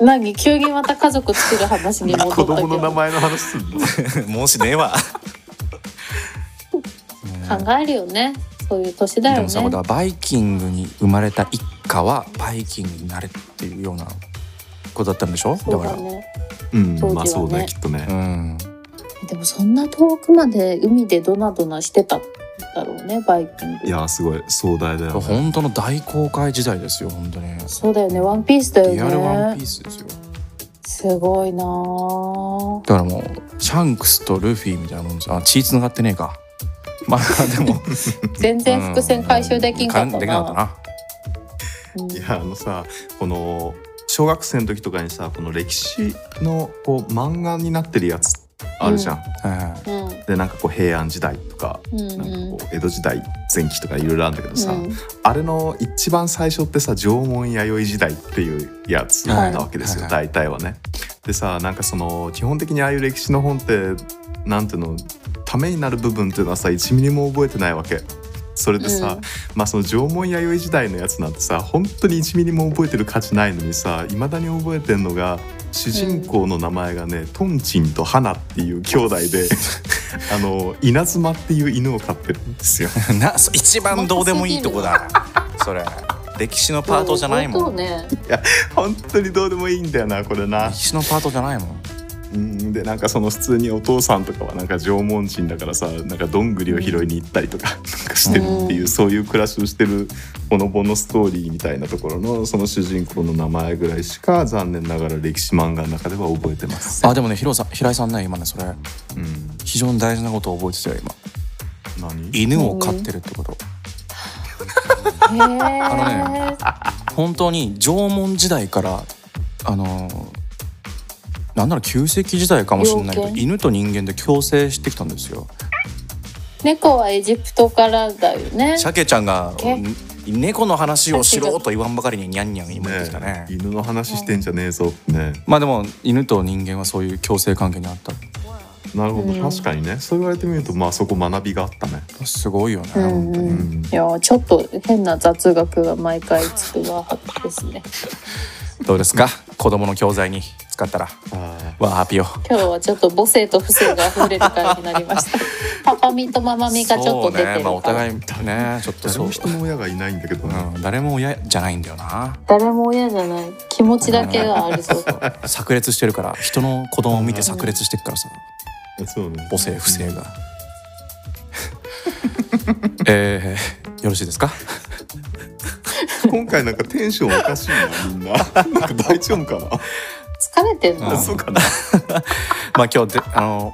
Speaker 4: 何急にまた家族作る話に戻った
Speaker 3: 子
Speaker 4: けど
Speaker 3: 供の名前の話すんの
Speaker 2: もうしねえわ
Speaker 4: 考えるよねそういう年 だ
Speaker 2: で
Speaker 4: よ
Speaker 2: もさだか
Speaker 4: ね
Speaker 2: らバイキングに生まれた一家はバイキングになれっていうようなことだったんでしょ
Speaker 4: そう
Speaker 2: だ
Speaker 4: だ
Speaker 2: か
Speaker 4: ね
Speaker 3: うん、
Speaker 4: 当時はね
Speaker 3: まあそうねきっとね
Speaker 2: らうん
Speaker 4: でもそんな遠くまで海でドナドナしてたんだろうねバイキング
Speaker 3: いやーすごい壮大だよ、ね、
Speaker 2: 本当の大公開時代ですよ本当に
Speaker 4: そうだよねワンピースだ
Speaker 2: リアルワ
Speaker 4: よ
Speaker 2: ンピ
Speaker 4: ね
Speaker 2: ースですよだ
Speaker 4: すごいなあ
Speaker 2: からもうシャンクスとルフィみたいなもんじゃんあ血繋がってねえかまあでも
Speaker 4: 全然伏線回収できんかった
Speaker 2: できなかった
Speaker 4: な
Speaker 2: な
Speaker 4: うん
Speaker 3: いやあのさこの小学生の時とかにさこの歴史のこう漫画になってるやつあるじゃん、
Speaker 2: は
Speaker 4: うん
Speaker 3: でなんかこう平安時代とか
Speaker 4: うん
Speaker 3: なんか
Speaker 4: うん
Speaker 3: こう江戸時代前期とかいろいろあるんだけどさ、
Speaker 4: うん
Speaker 3: あれの一番最初ってさ縄文弥生時代っていうやつだったわけですよ、
Speaker 2: はいは
Speaker 3: 大体はね。でさなんかその基本的にああいう歴史の本ってなんていうのためになる部分っていうのはさ1ミリも覚えてないわけそれでさ、まあその縄文弥生時代のやつなんてさ本当に1ミリも覚えてる価値ないのにさいまだに覚えてんのが主人公の名前がね、トンチンとハナっていう兄弟で あの稲妻っていう犬を飼ってるんですよ。
Speaker 2: なそ一番どうでもいいとこだそれ歴史のパートじゃないも
Speaker 4: そ
Speaker 2: ん
Speaker 4: うね
Speaker 3: 本当にどうでもいいんだよなこれな
Speaker 2: 歴。史のパートじゃないもん
Speaker 3: うんでなんかその普通にお父さんとかはなんか縄文人だからさなんかどんぐりを拾いに行ったりとか なんかしてるっていう、
Speaker 4: うん
Speaker 3: そういう暮らしをしてるほのぼのストーリーみたいなところのその主人公の名前ぐらいしか残念ながら歴史漫画の中では覚えてます。
Speaker 2: あでもねヒロさん平井さんね今ねそれ
Speaker 3: うん、
Speaker 2: 非常に大事なことを覚えてたよ今
Speaker 3: 何
Speaker 2: 犬を飼ってるってこと
Speaker 4: へ
Speaker 2: の
Speaker 4: え
Speaker 2: 本当に縄文時代からあのなんなら旧石器時代かもしれないけど
Speaker 4: 猟犬
Speaker 2: 犬と人間で共生してきたんですよ
Speaker 4: 猫はエジプトからだよね
Speaker 2: 鮭ちゃんが
Speaker 4: え
Speaker 2: ん猫の話をしろと言わんばかりにニャンニャン言ってきたね
Speaker 3: ねえ犬の話してんじゃねえぞってね。
Speaker 2: まあでも犬と人間はそういう共生関係にあった
Speaker 3: なるほど、
Speaker 4: うん
Speaker 3: 確かにねそう言われてみるとまあそこ学びがあったね。
Speaker 2: すごいよね、
Speaker 4: う
Speaker 2: 本
Speaker 4: ん
Speaker 2: 当に
Speaker 4: うんいやちょっと変な雑学が毎回つくわですね
Speaker 2: どうですか子供の教材に使ったら
Speaker 3: あ
Speaker 2: わーハッピーよ
Speaker 4: 今日はちょっと母性と父性が溢れる回になり ました。パパミとママミがちょっと出てる
Speaker 2: そうね、まあ、お
Speaker 4: から、
Speaker 2: 互いねちょっと
Speaker 3: 誰
Speaker 2: そ
Speaker 3: も
Speaker 2: う、
Speaker 3: 人の親がいないんだけどね。
Speaker 2: うん、誰も親じゃないんだよな
Speaker 4: 誰も親じゃない気持ちだけがあるぞ。
Speaker 2: 炸裂してるから人の子供を見て炸裂してるからさ
Speaker 3: そうね。
Speaker 2: 母性不正 がえー、よろしいですか
Speaker 3: 今回なんかテンションおかしいなみんな。 なんか大丈夫か な。
Speaker 4: 疲れてんの
Speaker 2: う
Speaker 3: あ
Speaker 2: ん。
Speaker 3: そうかな。
Speaker 2: まあ今日であの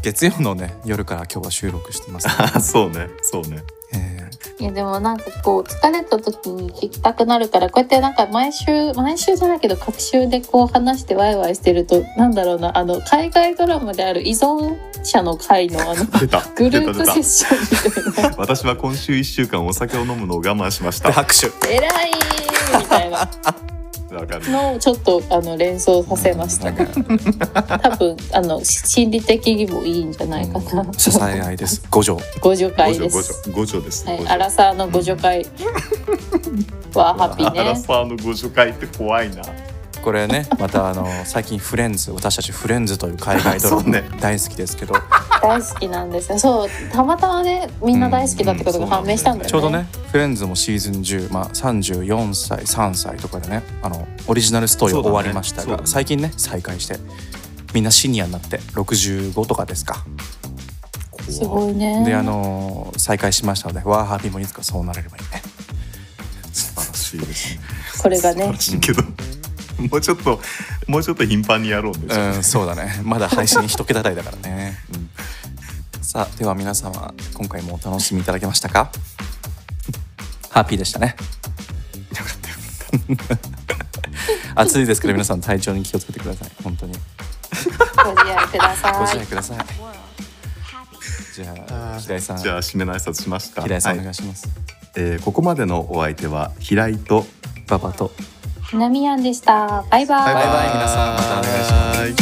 Speaker 2: 月曜のね夜から今日は収録して ます、
Speaker 3: あそうね。そうね。
Speaker 2: え
Speaker 4: いやでもなんかこう疲れた時に聞きたくなるからこうやってなんか毎週毎週じゃないけど各週でこう話してワイワイしてるとなんだろうなあの海外ドラマである依存者の会の あの
Speaker 3: 出た。
Speaker 4: グ
Speaker 3: 出
Speaker 4: ル
Speaker 3: た
Speaker 4: ー
Speaker 3: 出
Speaker 4: プセッションみたいな。
Speaker 3: た。私は今週一週間お酒を飲むのを我慢しまし
Speaker 2: ー、で
Speaker 3: た。
Speaker 2: 拍手
Speaker 4: 偉いみたいな
Speaker 3: わかる。
Speaker 4: のをちょっとあの連想させました
Speaker 2: なんか
Speaker 4: 多分あのし心理的にもいいんじゃないか な。
Speaker 2: 支え合いです五条
Speaker 4: ご助
Speaker 3: 五
Speaker 4: 会
Speaker 3: 条
Speaker 4: で
Speaker 3: 五
Speaker 4: す。
Speaker 3: 条五条です。
Speaker 4: はい、
Speaker 3: 五条
Speaker 4: アラサーのご助 会。はハッピー
Speaker 3: アラ
Speaker 4: ね。
Speaker 3: サーの五条会って怖いな。
Speaker 2: これね またあの最近フレンズ私たちフレンズという海外ドラ
Speaker 3: そう
Speaker 2: マ
Speaker 3: ね
Speaker 2: 大好きですけど、
Speaker 4: 大好きなんですよ。そう、たまたまね、みんな大好きだってことが判明したんだよね。
Speaker 2: ちょうどねフレンズもシーズン10、まあ、34歳3歳とかでねあのオリジナルストーリーは終わりました
Speaker 3: そう
Speaker 2: が、
Speaker 3: だねそうだね
Speaker 2: 最近ね再開してみんなシニアになって65とかですか、
Speaker 4: すごいね。
Speaker 2: であのー再開しましたのでワーハーピーもいつかそうなれればいいね
Speaker 3: 素晴らしいですね。
Speaker 4: これが
Speaker 3: 素晴
Speaker 4: ね
Speaker 3: ら。しいけど。もうちょっともうちょっと頻繁にやろうね。
Speaker 2: うん、そうだね。まだ配信一桁台だからね。うん、さあ、では皆様、今回もお楽しみいただけましたかハッピーでしたね。暑いですけど皆さん体調に気をつけてください。本当に。
Speaker 4: ご自愛くだ
Speaker 2: ご自
Speaker 4: さ
Speaker 2: 愛
Speaker 4: い。
Speaker 2: ください。じゃあ、平井さん、
Speaker 3: じゃ
Speaker 2: 平
Speaker 3: あ締めの挨拶しますか。
Speaker 2: 井さんお
Speaker 3: は
Speaker 2: 願
Speaker 3: い
Speaker 2: いします。
Speaker 3: えーここまでのお相手は平井と。。
Speaker 2: ババと
Speaker 4: 南アンでした。バイバイ。
Speaker 2: バイ皆さんまたお願いします